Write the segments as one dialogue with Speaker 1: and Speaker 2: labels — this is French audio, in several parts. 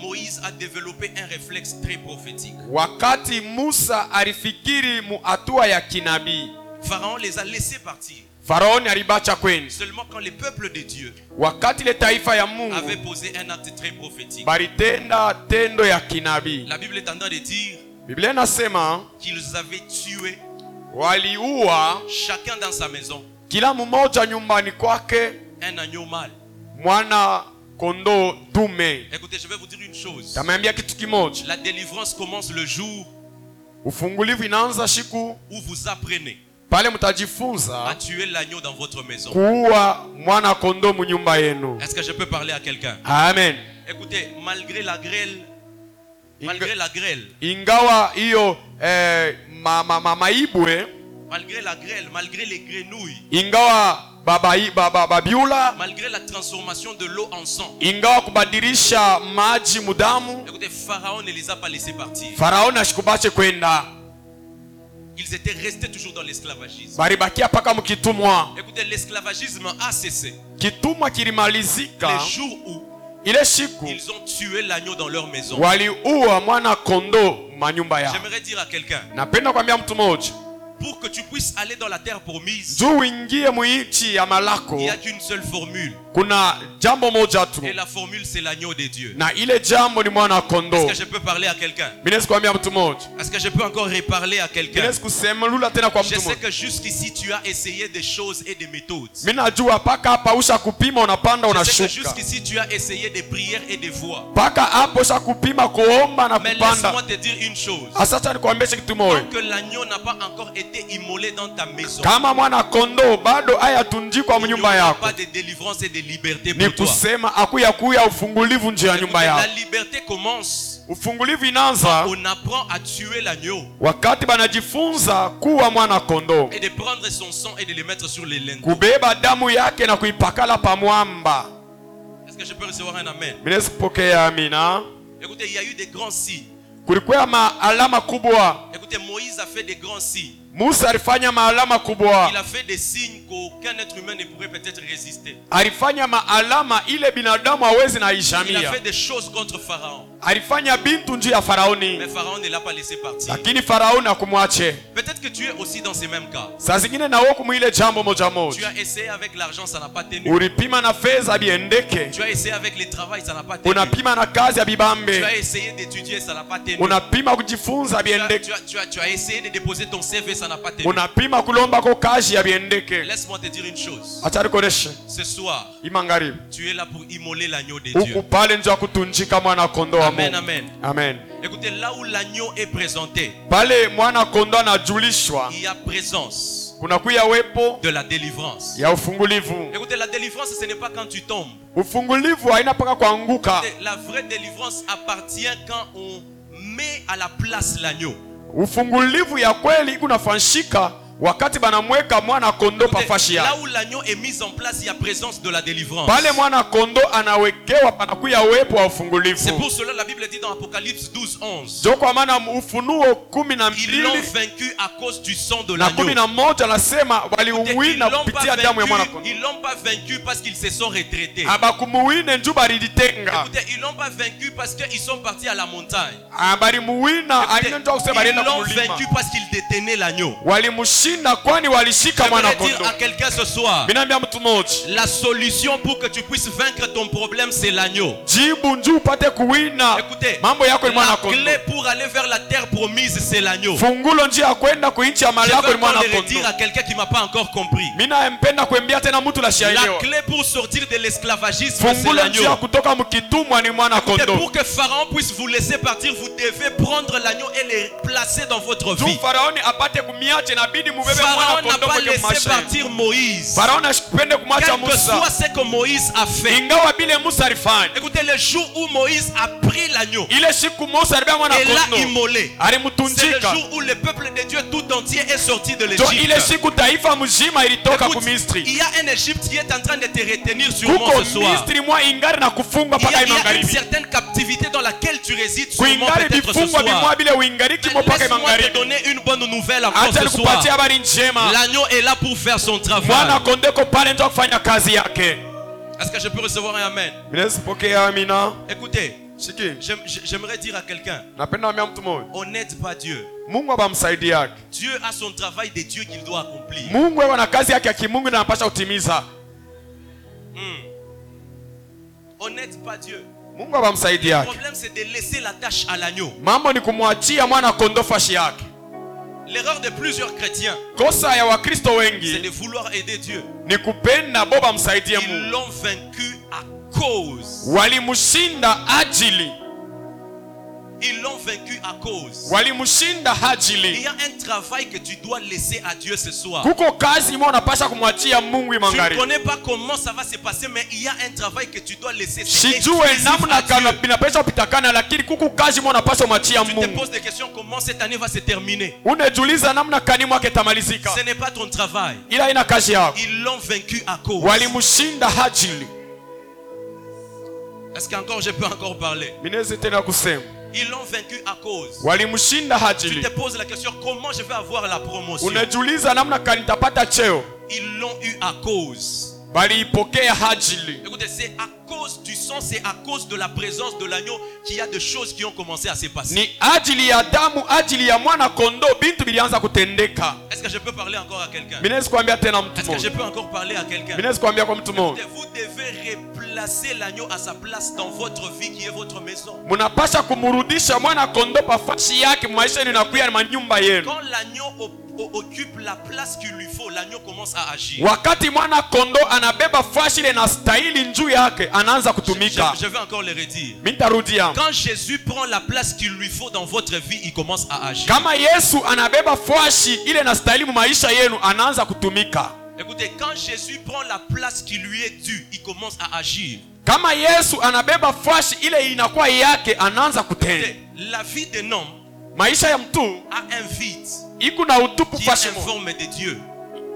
Speaker 1: Moïse a développé un réflexe très prophétique.
Speaker 2: wakati musa alifikiri muhatua ya kinabii
Speaker 1: Pharaon les a laissés partir.
Speaker 2: faraoni alibacha kwenda
Speaker 1: Seulement quand le peuple de Dieu
Speaker 2: wakati le taifa ya
Speaker 1: avait
Speaker 2: mungu
Speaker 1: posé un acte très prophétique,
Speaker 2: balitenda tendo ya kinabii
Speaker 1: la Bible est en train de dire
Speaker 2: biblia inasema
Speaker 1: qu'ils avaient tué
Speaker 2: waliua
Speaker 1: chacun dans sa maison
Speaker 2: kila mmoja nyumbani kwake
Speaker 1: un agneau mâle.
Speaker 2: mwana kondoo dume
Speaker 1: Écoutez, je vais vous dire une chose.
Speaker 2: tameambia kitu kimoja
Speaker 1: La délivrance commence le jour
Speaker 2: ufungulivu inaanza siku
Speaker 1: où vous apprenez
Speaker 2: pale
Speaker 1: à
Speaker 2: mtajifunza
Speaker 1: tuer l'agneau dans votre maison.
Speaker 2: kuua mwana kondoo munyumba yenu
Speaker 1: Est-ce que je peux parler à quelqu'un
Speaker 2: amen
Speaker 1: Écoutez, malgré la grêle, malgré
Speaker 2: Inga,
Speaker 1: la grêle,
Speaker 2: ingawa hiyo eh, ma, ma, ma, maibwe
Speaker 1: malgré la grêle, malgré les grenouilles,
Speaker 2: ingawa babai, baba, babiula
Speaker 1: malgré la transformation de l'eau en sang,
Speaker 2: ingawa kubadilisha maji mudamu
Speaker 1: écoutez, Pharaon ne les a pas laissés partir.
Speaker 2: faraoni ashikubache kwenda
Speaker 1: Ils étaient restés toujours dans l'esclavagisme.
Speaker 2: baribakia paka mkitumwa
Speaker 1: Écoutez, l'esclavagisme a cessé
Speaker 2: kitumwa kilimalizika
Speaker 1: le jour où
Speaker 2: ile siku
Speaker 1: ils ont tué l'agneau dans leur maison.
Speaker 2: waliua mwana kondoo manyumba yao
Speaker 1: J'aimerais dire à quelqu'un,
Speaker 2: napenda kuambia mtu mmoja
Speaker 1: pour que tu puisses aller dans la terre promise,
Speaker 2: juu uingie muichi ya malako
Speaker 1: il n'y a qu'une seule formule.
Speaker 2: kuna jambo moja tu
Speaker 1: Et la formule, c'est l'agneau de Dieu.
Speaker 2: na ile jambo ni mwana
Speaker 1: Est-ce
Speaker 2: kondoo
Speaker 1: que je peux parler à quelqu'un
Speaker 2: minezi kuambia mtu mmoja
Speaker 1: Est-ce que je peux encore reparler à quelqu'un
Speaker 2: minezi kusemlula tena kwa
Speaker 1: Je
Speaker 2: mtu
Speaker 1: sais
Speaker 2: mmoja
Speaker 1: que jusqu'ici tu as essayé des choses et des méthodes.
Speaker 2: mi najua paka hapa usha kupima unapanda
Speaker 1: Je sais que
Speaker 2: unashuka
Speaker 1: jusqu'ici tu as essayé des prières et des voies.
Speaker 2: paka hapo usha kupima kuomba na
Speaker 1: Mais laisse-moi
Speaker 2: kupanda
Speaker 1: te dire une chose.
Speaker 2: asacha nikuambeshe kitu moja
Speaker 1: Tant que l'agneau n'a pas encore été immolé dans ta maison,
Speaker 2: kama mwana kondoo bado hayatunjikwa
Speaker 1: il n'y
Speaker 2: nyumba
Speaker 1: aura
Speaker 2: yako
Speaker 1: pas de délivrance et de liberté
Speaker 2: ni
Speaker 1: pour toi.
Speaker 2: kusema akuya kuya ufungulivu nje ya
Speaker 1: Écoutez,
Speaker 2: nyumba
Speaker 1: La
Speaker 2: yako Hein?
Speaker 1: liberté commence.
Speaker 2: ufungulivu inaanza
Speaker 1: On apprend à tuer l'agneau
Speaker 2: wakati banajifunza kuwa mwana kondoo
Speaker 1: et de prendre son sang et de le mettre sur les linteaux.
Speaker 2: kubeba damu yake na kuipakala pamwamba
Speaker 1: Est-ce que je peux recevoir un amen
Speaker 2: minezi kupokea amina
Speaker 1: Écoutez, il y a eu des grands signes.
Speaker 2: kulikuwa maalama kubwa
Speaker 1: Écoutez, Moïse a fait des grands signes.
Speaker 2: musa alifanya maalama
Speaker 1: Il
Speaker 2: kubwa
Speaker 1: a fait des signes qu'aucun être humain ne pourrait peut-être résister.
Speaker 2: alifanya maalama ile binadamu hawezi
Speaker 1: Il a fait
Speaker 2: naishamia
Speaker 1: des choses contre Pharaon.
Speaker 2: alifanya bintu njuu ya
Speaker 1: Mais
Speaker 2: faraoni
Speaker 1: Pharaon ne l'a pas laissé partir.
Speaker 2: lakini faraoni akumwache
Speaker 1: Peut-être que tu es aussi dans ces mêmes cas.
Speaker 2: saa zingine nawo kumwile jambo moja
Speaker 1: Tu
Speaker 2: moja
Speaker 1: as essayé avec l'argent, ça n'a pas tenu.
Speaker 2: ulipima na fedha biendeke
Speaker 1: Tu as essayé avec le travail, ça n'a pas tenu.
Speaker 2: unapima na kazi ya
Speaker 1: Tu as
Speaker 2: bibambe
Speaker 1: essayé d'étudier, ça n'a pas tenu.
Speaker 2: unapima kujifunza
Speaker 1: Tu as,
Speaker 2: biendeke
Speaker 1: tu as- tu as- tu as essayé de déposer ton CV, ça n'a pas tenu.
Speaker 2: unapima kulombako kazi ya biendeke
Speaker 1: Laisse-moi te dire une
Speaker 2: Ah.
Speaker 1: chose.
Speaker 2: atarikoneshe
Speaker 1: Ce soir,
Speaker 2: imangharibi
Speaker 1: tu es là pour immoler l'agneau de
Speaker 2: huku
Speaker 1: Dieu.
Speaker 2: pale nje ya kutunjika mwana kondoo wa
Speaker 1: Amen,
Speaker 2: Mungu.
Speaker 1: amen.
Speaker 2: Amen.
Speaker 1: Écoutez, là où l'agneau est présenté,
Speaker 2: Pale mwana kondoo anajulishwa
Speaker 1: il y a présence
Speaker 2: kunakuya wepo
Speaker 1: de la délivrance.
Speaker 2: ya ufungulivu.
Speaker 1: Écoutez, la délivrance, ce n'est pas quand tu tombes.
Speaker 2: Ufungulivu haina paka kuanguka.
Speaker 1: Écoutez, La vraie délivrance appartient quand on met à la place l'agneau.
Speaker 2: Ufungulivu ya kweli kunafanyika wakati banamweka mwana kondoo
Speaker 1: Écoutez,
Speaker 2: pafashi
Speaker 1: Là
Speaker 2: yake.
Speaker 1: où l'agneau est mis en place, il y a présence de la délivrance.
Speaker 2: Pale mwana kondoo anawekewa panakuya wepo wa
Speaker 1: C'est
Speaker 2: ufungulivu.
Speaker 1: pour cela la Bible dit dans Apocalypse 12, 11.
Speaker 2: Jo kwa maana Ufunuo kumi na
Speaker 1: Ils l'ont
Speaker 2: mbili
Speaker 1: vaincu à cause du sang de
Speaker 2: na kumi
Speaker 1: l'agneau.
Speaker 2: na moja anasema
Speaker 1: Écoutez,
Speaker 2: waliumuina kupitia damu ya mwana
Speaker 1: vaincu,
Speaker 2: kondoo.
Speaker 1: ils l'ont pas vaincu parce qu'ils se sont retraités.
Speaker 2: Ah. Abakumuine nju balilitenga.
Speaker 1: Écoutez, ils l'ont pas vaincu parce qu'ils sont partis à la montagne.
Speaker 2: Ah, balimuwina
Speaker 1: Écoutez,
Speaker 2: aina ndio kusema
Speaker 1: Ils
Speaker 2: alienda
Speaker 1: l'ont
Speaker 2: kumlima
Speaker 1: vaincu parce qu'ils détenaient l'agneau.
Speaker 2: walimshinda kwani walishika mwana
Speaker 1: J'aimerais dire
Speaker 2: kondoo
Speaker 1: à quelqu'un ce soir,
Speaker 2: binaambia mtu mmoja
Speaker 1: La solution pour que tu puisses vaincre ton problème, c'est l'agneau.
Speaker 2: jibu njuu upate kuwina
Speaker 1: Écoutez,
Speaker 2: mambo yako ni mwana
Speaker 1: la
Speaker 2: kondoo
Speaker 1: clé pour aller vers la terre promise, c'est l'agneau.
Speaker 2: fungulo njia ya kwenda kuinchi ya
Speaker 1: Je
Speaker 2: malako
Speaker 1: veux
Speaker 2: ni mwana
Speaker 1: encore le redire à
Speaker 2: kondoo
Speaker 1: quelqu'un qui m'a pas encore compris.
Speaker 2: minayempenda kuembia tena mtu
Speaker 1: La
Speaker 2: lashaelewa
Speaker 1: clé pour sortir de l'esclavagisme, c'est
Speaker 2: fungulo njia
Speaker 1: l'agneau.
Speaker 2: ya kutoka mkitumwa ni mwana
Speaker 1: Et
Speaker 2: kondoo
Speaker 1: pour que Pharaon puisse vous laisser partir, vous devez prendre l'agneau et le placer dans votre vie.
Speaker 2: juu faraoni apate kumiache inabidi mubebe mwana
Speaker 1: Pharaon n'a
Speaker 2: kondoo
Speaker 1: pas
Speaker 2: kwake
Speaker 1: laissé
Speaker 2: mumasheni
Speaker 1: partir Moïse.
Speaker 2: faraoni asipende kumwacha
Speaker 1: Quel que soit
Speaker 2: musa
Speaker 1: ce que Moïse a fait.
Speaker 2: ingawa bile musa alifanya
Speaker 1: Écoutez, le jour où Moïse a pris l'agneau
Speaker 2: ile siku musa alibeba mwana
Speaker 1: et l'a
Speaker 2: kondoo
Speaker 1: immolé, C'est le
Speaker 2: alimtunjika
Speaker 1: jour où le peuple de Dieu tout entier est sorti de
Speaker 2: jo ile
Speaker 1: l'Égypte.
Speaker 2: siku taifa mzima ilitoka
Speaker 1: Écoute, Il
Speaker 2: kumisri
Speaker 1: y a un Égypte qui est en train de te retenir sûrement
Speaker 2: kuko
Speaker 1: ce soir.
Speaker 2: misri mwa ingari na kufungwa
Speaker 1: Il y,
Speaker 2: mpaka
Speaker 1: a, il y a une
Speaker 2: imagharibi
Speaker 1: certaine captivité dans laquelle tu résides sûrement
Speaker 2: kuingari
Speaker 1: peut-être ce
Speaker 2: vifungwa
Speaker 1: soir.
Speaker 2: vimwa bile uingarikimo
Speaker 1: Mais
Speaker 2: mpaka
Speaker 1: Laisse-moi te
Speaker 2: imagharibi
Speaker 1: donner une bonne nouvelle encore
Speaker 2: acha
Speaker 1: ce soir.
Speaker 2: nikupatie habari njema
Speaker 1: L'agneau est là pour faire son
Speaker 2: mwana
Speaker 1: travail.
Speaker 2: kondeko pale ndio kufanya kazi yake
Speaker 1: Est-ce que je peux recevoir un amen
Speaker 2: minaweza pokea amina
Speaker 1: Écoutez,
Speaker 2: sikii
Speaker 1: J'aime- J'aimerais dire à quelqu'un,
Speaker 2: napenda ambia mtu moyo
Speaker 1: on n'aide pas Dieu.
Speaker 2: mungu abamsaidiake
Speaker 1: Dieu a son travail de Dieu qu'il doit accomplir.
Speaker 2: mungu ako na kazi yake ya kimungu na anapasha kutimiza
Speaker 1: On n'aide pas Dieu.
Speaker 2: mungu
Speaker 1: Le
Speaker 2: abamsaidiake
Speaker 1: problème, c'est de laisser la tâche à l'agneau.
Speaker 2: mambo ni kumwachia mwana kondoo fashi yake
Speaker 1: L'erreur de plusieurs chrétiens,
Speaker 2: kosa ya wakristo
Speaker 1: c'est de
Speaker 2: wengi
Speaker 1: vouloir aider Dieu.
Speaker 2: ni kupenda bo bamsaidie
Speaker 1: Ils
Speaker 2: mungu
Speaker 1: l'ont vaincu à cause.
Speaker 2: walimshinda ajili
Speaker 1: Ils l'ont vaincu à cause.
Speaker 2: walimshinda
Speaker 1: Il y
Speaker 2: ajili
Speaker 1: a un travail que tu dois laisser à Dieu ce soir.
Speaker 2: kuko kazi imo unapasha kumwachia mungu
Speaker 1: Tu ne
Speaker 2: imangari
Speaker 1: connais pas comment ça va se passer, mais il y a un travail que tu dois laisser. C'est
Speaker 2: sijue
Speaker 1: exclusif à
Speaker 2: namna kana-
Speaker 1: Dieu.
Speaker 2: inapasha kupitakana lakini kuko kazi imo unapasha umwachia
Speaker 1: Tu te
Speaker 2: mungu
Speaker 1: poses des questions comment cette année va se terminer.
Speaker 2: unajiuliza namna kani mwake tamalizika
Speaker 1: Ce n'est pas ton travail.
Speaker 2: ila ina kazi yako
Speaker 1: Ils l'ont vaincu à cause.
Speaker 2: walimshinda hajili
Speaker 1: Est-ce qu'encore je peux encore parler
Speaker 2: minaweza tena kusema
Speaker 1: Ils l'ont vaincu à cause.
Speaker 2: walimshinda
Speaker 1: Tu te
Speaker 2: hajili
Speaker 1: poses la question comment je vais avoir la promotion
Speaker 2: unajiuliza namna kanitapata cheo
Speaker 1: Ils l'ont eu à cause.
Speaker 2: baliipokea hajili
Speaker 1: Écoutez, c'est à cause du sang, c'est à cause de la présence de l'agneau qu'il y a des choses qui ont commencé à se passer.
Speaker 2: ni ajili ya damu ajili ya mwana kondoo bintu bilianza kutendeka
Speaker 1: Est-ce que je peux parler encore à quelqu'un
Speaker 2: minaweza kuambia tena mtu
Speaker 1: Est-ce que je
Speaker 2: mmoja
Speaker 1: peux encore parler à quelqu'un
Speaker 2: minaweza kuambia kwa mtu mmoja
Speaker 1: Vous devez replacer l'agneau à sa place dans votre vie qui est votre maison.
Speaker 2: mnapasha kumrudisha mwana kondoo pafashi yake maisha yenu inakuya ni manyumba yenu
Speaker 1: Quand l'agneau o- o- occupe la place qu'il lui faut, l'agneau commence à agir.
Speaker 2: wakati mwana kondoo anabeba fashi ile na stahili njuu yake anaanza
Speaker 1: Je,
Speaker 2: kutumika
Speaker 1: je vais encore le redire.
Speaker 2: mi nitarudia
Speaker 1: Quand Jésus prend la place qu'il lui faut dans votre vie, il commence à agir.
Speaker 2: kama yesu anabeba fashi ile na stahili mu maisha yenu anaanza kutumika
Speaker 1: Écoutez, quand Jésus prend la place qui lui est due, il commence à agir.
Speaker 2: kama yesu anabeba fashi ile inakuwa yake anaanza kutenda
Speaker 1: Écoutez, la vie d'un homme
Speaker 2: maisha ya mtu
Speaker 1: a un vide
Speaker 2: iko na utupu
Speaker 1: qui est
Speaker 2: fashi mo
Speaker 1: informe de Dieu.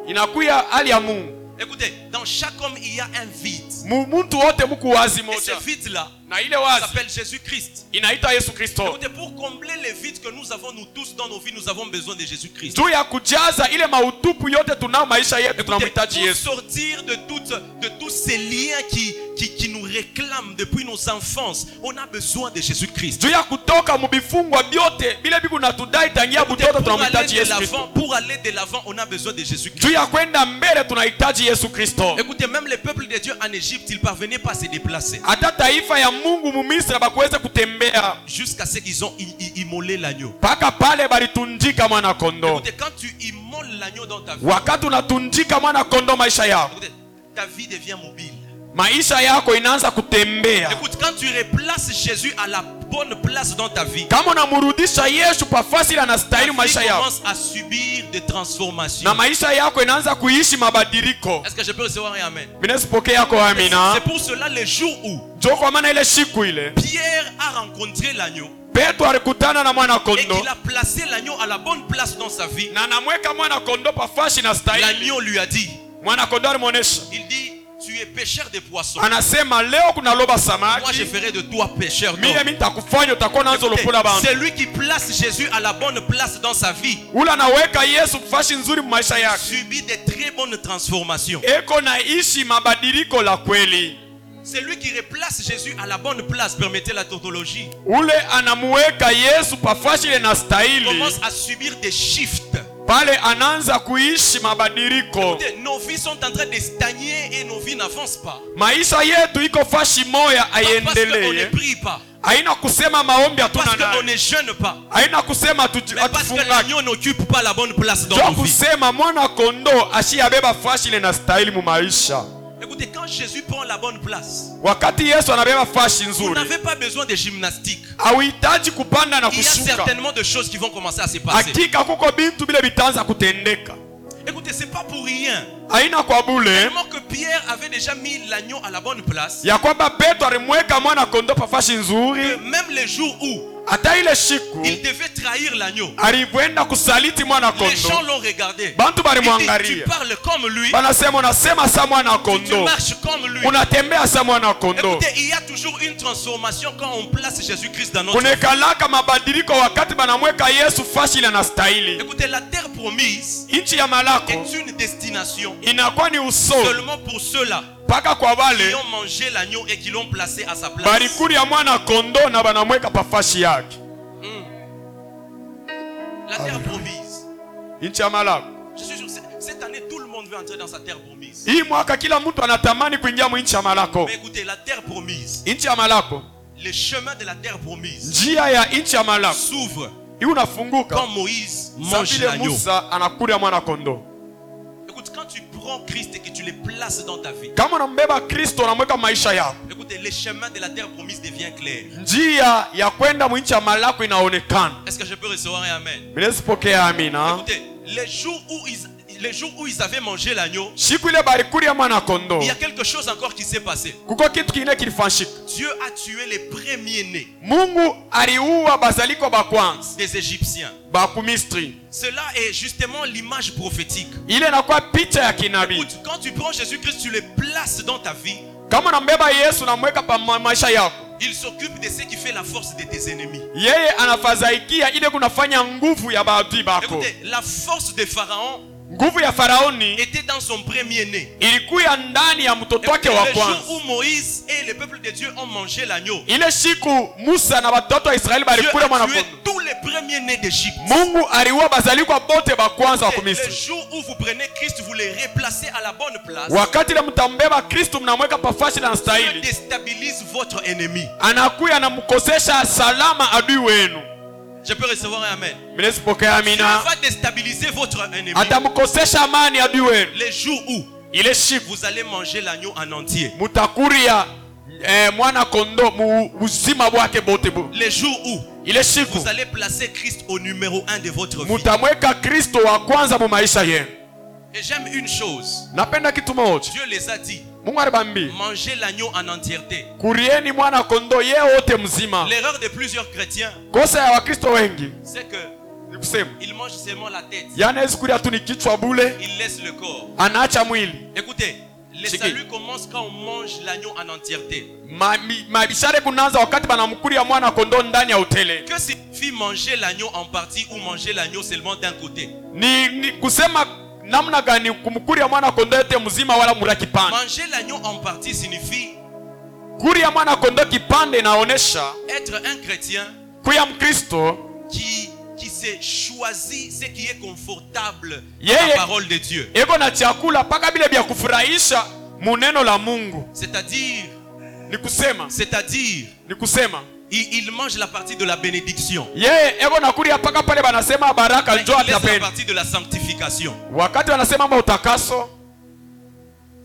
Speaker 2: inakuya hali ya mungu
Speaker 1: Écoutez, dans chaque homme, il y a un vide.
Speaker 2: Mu- mtu wote muku wazi
Speaker 1: Et ce
Speaker 2: moja
Speaker 1: vide-là
Speaker 2: na ile wazi
Speaker 1: s'appelle Jésus-Christ.
Speaker 2: inaitwa yesu kristo
Speaker 1: Écoutez, pour combler les vides que nous avons, nous tous dans nos vies, nous avons besoin de Jésus-Christ.
Speaker 2: juu ya kujaza ile mautupu yote tunao maisha yetu
Speaker 1: Écoutez,
Speaker 2: tunamhitaji
Speaker 1: Pour
Speaker 2: yesu
Speaker 1: sortir de, toutes, de tous ces liens qui, qui, qui nous réclament depuis nos enfances, on a besoin de Jésus-Christ.
Speaker 2: juu ya kutoka mubifungwa vyote vile biku natudai tangia
Speaker 1: Écoutez,
Speaker 2: butoto
Speaker 1: Pour aller
Speaker 2: tunamhitaji
Speaker 1: de
Speaker 2: yesu
Speaker 1: l'avant,
Speaker 2: kristo
Speaker 1: pour aller de l'avant, on a besoin de Jésus-Christ.
Speaker 2: juu ya kwenda mbele tunahitaji yesu kristo
Speaker 1: Écoutez, même le peuple de Dieu en Égypte, il parvenait pas à se déplacer
Speaker 2: hata taifa ya mungu mumisra bakuweze kutembea
Speaker 1: jusqu'à ce qu'ils ont i- i- immolé l'agneau.
Speaker 2: mpaka pale balitunjika mwana kondoo
Speaker 1: Écoutez, quand tu immoles l'agneau dans ta vie,
Speaker 2: wakati unatunjika mwana kondoo maisha yako
Speaker 1: écoutez, ta vie devient mobile.
Speaker 2: maisha yako inaanza kutembea
Speaker 1: Écoute, quand tu replaces Jésus à la bonne place dans ta vie,
Speaker 2: kama unamrudisha yesu pafasi ile anastahili maisha
Speaker 1: Tu
Speaker 2: yako
Speaker 1: commences à subir des transformations.
Speaker 2: na maisha yako inaanza kuishi mabadiliko
Speaker 1: Est-ce que je peux recevoir un amen?
Speaker 2: minazipokea yako amina
Speaker 1: C'est pour cela le jour où
Speaker 2: jo kwa maana ile siku ile
Speaker 1: Pierre a rencontré l'agneau
Speaker 2: petro alikutana na mwana
Speaker 1: et
Speaker 2: kondoo
Speaker 1: qu'il a placé l'agneau à la bonne place dans sa vie,
Speaker 2: na anamweka mwana kondoo pafasi na stahili
Speaker 1: l'agneau lui a dit,
Speaker 2: mwana kondoo alimwonyesha
Speaker 1: il dit, tu es pêcheur de poissons.
Speaker 2: anasema leo kuna loba
Speaker 1: Moi je
Speaker 2: samaki
Speaker 1: ferai de toi pêcheur d'hommes.
Speaker 2: mie mi nitakufanya utakuwa nazo lopola bantu
Speaker 1: C'est lui qui place Jésus à la bonne place dans sa vie.
Speaker 2: ule anaweka yesu fashi nzuri mu maisha yake
Speaker 1: Subit des très bonnes transformations.
Speaker 2: eko naishi mabadiliko la kweli
Speaker 1: C'est lui qui replace Jésus à la bonne place, permettez la tautologie.
Speaker 2: ule anamuweka yesu pafashi ile nastahili
Speaker 1: Commence à subir des shifts.
Speaker 2: pale anaanza kuishi mabadiliko
Speaker 1: Écoutez, nos vies sont en train de stagner et nos vies n'avancent pas.
Speaker 2: maisha yetu iko fashi moya
Speaker 1: Parce qu'on ne
Speaker 2: aiendelee
Speaker 1: prie pas.
Speaker 2: haina kusema maombi hatuna
Speaker 1: Parce qu'on
Speaker 2: nayo
Speaker 1: ne jeûne pas.
Speaker 2: haina kusema hatuji-
Speaker 1: Mais parce que
Speaker 2: hatufungaki
Speaker 1: l'agneau n'occupe pas la bonne place dans
Speaker 2: jo
Speaker 1: nos vies.
Speaker 2: kusema mwana kondoo ashiyabeba fashi ile nastahili mu maisha
Speaker 1: Écoutez, quand Jésus prend la bonne place,
Speaker 2: wakati yesu anabeba fashi
Speaker 1: vous
Speaker 2: nzuri
Speaker 1: n'avez pas besoin de gymnastique.
Speaker 2: hauhitaji kupanda na
Speaker 1: Il y a
Speaker 2: kushuka
Speaker 1: certainement des choses qui vont commencer à se passer.
Speaker 2: hakika kuko bintu bile bitaanza kutendeka
Speaker 1: Écoutez, c'est pas pour rien.
Speaker 2: haina kwa bule
Speaker 1: Tellement que Pierre avait déjà mis l'agneau à la bonne place.
Speaker 2: ya kwamba petro alimweka mwana kondoo pafashi
Speaker 1: que
Speaker 2: nzuri
Speaker 1: Même le jour où
Speaker 2: hata ile siku
Speaker 1: il devait trahir l'agneau,
Speaker 2: alivyoenda kusaliti mwana
Speaker 1: les gens
Speaker 2: kondoo
Speaker 1: l'ont regardé.
Speaker 2: bantu
Speaker 1: Il dit, tu
Speaker 2: balimwangalia
Speaker 1: parles comme lui,
Speaker 2: banasema unasema sa mwana
Speaker 1: tu
Speaker 2: kondoo
Speaker 1: marches comme lui.
Speaker 2: unatembea sa mwana kondoo
Speaker 1: Écoutez, il y a toujours une transformation quand on place Jésus-Christ dans notre vie.
Speaker 2: kunekalaka mabadiliko wakati banamweka yesu fashi ile anastahili
Speaker 1: Écoutez, la terre promise
Speaker 2: nchi ya malako
Speaker 1: est une destination
Speaker 2: inakuwa ni uso
Speaker 1: seulement pour ceux-là
Speaker 2: mpaka kwa
Speaker 1: qui
Speaker 2: wale
Speaker 1: ont mangé l'agneau et qui l'ont placé à sa place.
Speaker 2: balikuli ya mwana kondo na banamweka pafashi yake
Speaker 1: Hmm. La terre promise.
Speaker 2: nchi ya malago
Speaker 1: Je suis sûr, c'est- cette année, tout le monde veut entrer dans sa terre promise.
Speaker 2: hii mwaka kila mtu anatamani kuingia mu nchi ya malako
Speaker 1: Mais écoutez, la terre promise,
Speaker 2: nchi ya malako
Speaker 1: les chemins de la terre promise
Speaker 2: njia ya nchi ya malako
Speaker 1: s'ouvrent
Speaker 2: hii unafunguka
Speaker 1: quand Moïse
Speaker 2: Sa
Speaker 1: mange
Speaker 2: vile
Speaker 1: l'agneau.
Speaker 2: musa anakulia mwana kondo
Speaker 1: Écoute, quand tu prends Christ et que tu le places dans ta vie,
Speaker 2: kama unambeba kristo unamweka maisha yako
Speaker 1: écoutez, les chemins de la terre promise deviennent clairs.
Speaker 2: njia ya kwenda mu nchi ya malako inaonekana
Speaker 1: Est-ce que je peux recevoir un Amen?
Speaker 2: minezipokea amina
Speaker 1: Écoutez, les jours où ils, les jours où ils avaient mangé l'agneau,
Speaker 2: siku ile balikulia mwana kondo
Speaker 1: il y a quelque chose encore qui s'est passé.
Speaker 2: kuko kitu kingine kilifanyika
Speaker 1: Dieu a tué les premiers-nés
Speaker 2: mungu aliua bazaliko ba kwanza
Speaker 1: des Égyptiens.
Speaker 2: ba kumisri
Speaker 1: Cela est justement l'image prophétique.
Speaker 2: ile inakuwa picha ya kinabii
Speaker 1: Écoute, quand tu prends Jésus-Christ, tu le places dans ta vie,
Speaker 2: kama unambeba yesu namweka pa ma- maisha yako
Speaker 1: il s'occupe de ce qui fait la force de tes ennemis.
Speaker 2: yeye anafadhaikia ile kunafanya nguvu ya baadui bako
Speaker 1: Écoutez, la force de Pharaon
Speaker 2: nguvu ya faraoni
Speaker 1: était dans son premier-né.
Speaker 2: ilikuya ndani ya mtoto wake
Speaker 1: Écoutez,
Speaker 2: wa
Speaker 1: Le
Speaker 2: kwanza
Speaker 1: jour où Moïse et le peuple de Dieu ont mangé l'agneau,
Speaker 2: ile siku musa na batoto wa israeli
Speaker 1: Dieu
Speaker 2: balikula
Speaker 1: a tué
Speaker 2: mwanakondo
Speaker 1: tous les premiers-nés d'Égypte.
Speaker 2: mungu aliua bazalikwa bote ba kwanza wa
Speaker 1: Et Le
Speaker 2: kumisri
Speaker 1: jour où vous prenez Christ, vous le replacez à la bonne place.
Speaker 2: wakati ile mtambeba kristu mnamweka pafashi na
Speaker 1: Dieu
Speaker 2: stahili
Speaker 1: déstabilise votre ennemi.
Speaker 2: anakuya anamkosesha salama adui wenu
Speaker 1: Je peux recevoir un Amen.
Speaker 2: minezipokea
Speaker 1: Dieu
Speaker 2: amina
Speaker 1: va déstabiliser votre ennemi.
Speaker 2: atamkosesha amani adui wenu
Speaker 1: Les jours où
Speaker 2: ile siku
Speaker 1: vous allez manger l'agneau en entier.
Speaker 2: mutakuria eh, mwana kondo mu uzima bwake bote bu
Speaker 1: Les jours où
Speaker 2: ile siku
Speaker 1: vous allez placer Christ au numéro un de votre vie.
Speaker 2: mutamweka kristo wa kwanza mu maisha yenu
Speaker 1: Et j'aime une chose.
Speaker 2: napenda kitu moja
Speaker 1: Dieu les a dit,
Speaker 2: mungu alibambia
Speaker 1: mangez l'agneau en entièreté.
Speaker 2: kurieni mwana kondo ye wote mzima
Speaker 1: L'erreur de plusieurs chrétiens,
Speaker 2: kosa ya wakristo wengi
Speaker 1: c'est que
Speaker 2: ni kusema
Speaker 1: ils mangent seulement la tête.
Speaker 2: yani hawezi kulia tu ni kichwa bule
Speaker 1: Ils laissent le corps.
Speaker 2: anaacha mwili
Speaker 1: Écoutez, le
Speaker 2: Chiqui.
Speaker 1: salut commence quand on mange l'agneau en entièreté.
Speaker 2: Ma- mi- mabishare kunaanza wakati banamkulia mwana kondo ndani ya utele
Speaker 1: Que signifie manger l'agneau en partie ou manger l'agneau seulement d'un côté
Speaker 2: ni, ni kusema namna gani kumkulia mwana kondo yote mzima wala mula kipande
Speaker 1: Manger l'agneau en partie signifie
Speaker 2: kuria mwana kondo kipande inaonesha
Speaker 1: être un chrétien
Speaker 2: kuya mkristo
Speaker 1: qui, qui s'est choisi ce qui est confortable dans
Speaker 2: Yeah,
Speaker 1: la
Speaker 2: yeah.
Speaker 1: parole de Dieu.
Speaker 2: eko na chakula mpaka vile vya kufurahisha muneno la mungu
Speaker 1: C'est-à-dire,
Speaker 2: ni kusema
Speaker 1: c'est-à-dire,
Speaker 2: ni kusema
Speaker 1: il, il mange la partie de la bénédiction.
Speaker 2: yeye eko nakuria mpaka pale banasema baraka
Speaker 1: Mais
Speaker 2: njo
Speaker 1: il laisse la
Speaker 2: atapeni
Speaker 1: partie de la sanctification.
Speaker 2: wakati wanasema mambo ya utakaso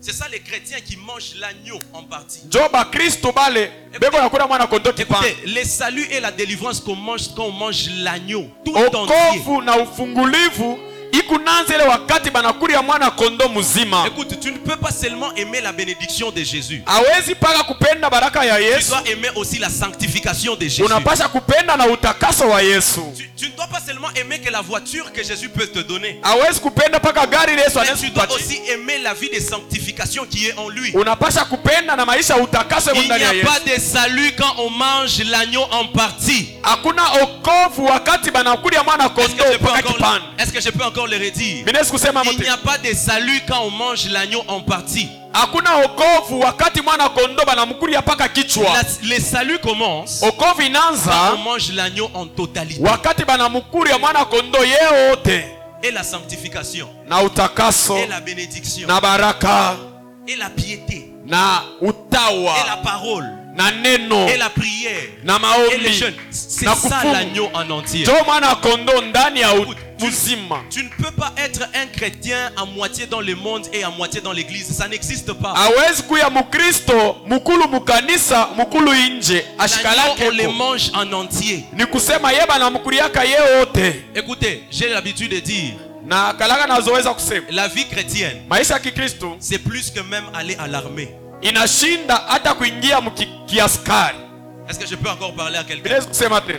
Speaker 1: C'est ça les chrétiens qui mangent l'agneau en partie.
Speaker 2: njo bakristu bale beko nakuna mwana kondo
Speaker 1: Écoutez,
Speaker 2: kipande
Speaker 1: le salut et la délivrance qu'on mange quand on mange l'agneau tout entier.
Speaker 2: okovu na ufungulivu ikunanza ile wakati banakulia mwana kondo mzima
Speaker 1: Écoute, tu ne peux pas seulement aimer la bénédiction de Jésus.
Speaker 2: awezi paka kupenda baraka ya
Speaker 1: Tu
Speaker 2: yesu
Speaker 1: dois aimer aussi la sanctification de Jésus.
Speaker 2: unapasha kupenda na utakaso wa yesu
Speaker 1: Tu, tu ne dois pas seulement aimer que la voiture que Jésus peut te donner.
Speaker 2: awezi kupenda paka gari ile yesu
Speaker 1: Mais tu
Speaker 2: anawezi
Speaker 1: dois
Speaker 2: kupatia
Speaker 1: aussi aimer la vie de sanctification qui est en lui.
Speaker 2: unapasha kupenda na maisha ya utakaso yemo
Speaker 1: Il n'y
Speaker 2: ndani ya
Speaker 1: a
Speaker 2: yesu
Speaker 1: pas de salut quand on mange l'agneau en partie.
Speaker 2: hakuna okovu wakati banakulia mwana
Speaker 1: Est-ce que,
Speaker 2: kondo
Speaker 1: je peux
Speaker 2: paka
Speaker 1: encore,
Speaker 2: kipande
Speaker 1: est-ce que je peux encore le redire
Speaker 2: minezi kusema
Speaker 1: Il n'y
Speaker 2: mte
Speaker 1: a pas de salut quand on mange l'agneau en partie.
Speaker 2: hakuna okovu wakati mwana kondo banamkulia paka
Speaker 1: La,
Speaker 2: kichwa
Speaker 1: le salut commence
Speaker 2: okovu
Speaker 1: quand
Speaker 2: inaanza
Speaker 1: on mange l'agneau en totalité.
Speaker 2: wakati banamkuria mwana kondo ye wote
Speaker 1: Et la sanctification,
Speaker 2: na utakaso
Speaker 1: et la bénédiction,
Speaker 2: na baraka
Speaker 1: et la piété,
Speaker 2: na
Speaker 1: et la
Speaker 2: utawa
Speaker 1: parole,
Speaker 2: na neno
Speaker 1: et la prière,
Speaker 2: na
Speaker 1: et les
Speaker 2: maombi
Speaker 1: jeunes. C'est
Speaker 2: na
Speaker 1: ça
Speaker 2: kufungu
Speaker 1: l'agneau en entier.
Speaker 2: njo mwana kondo ndani ya ut-
Speaker 1: Tu-
Speaker 2: uzima
Speaker 1: Tu ne peux pas être un chrétien à moitié dans le monde et à moitié dans l'église. Ça n'existe pas.
Speaker 2: awezi kuya mukristo mukulu mukanisa mukulu inje
Speaker 1: L'agneau, on le
Speaker 2: ashikalakeko
Speaker 1: mange en entier.
Speaker 2: ni kusema ye banamkuriaka ye wote
Speaker 1: Écoutez, j'ai l'habitude de dire,
Speaker 2: na kalaka nazoweza kusema
Speaker 1: la vie chrétienne,
Speaker 2: maisha ya kikristu
Speaker 1: c'est plus que même aller à l'armée.
Speaker 2: inashinda hata kuingia mkiaskari
Speaker 1: Est-ce que je peux encore parler à quelqu'un
Speaker 2: vinaweza kusema tena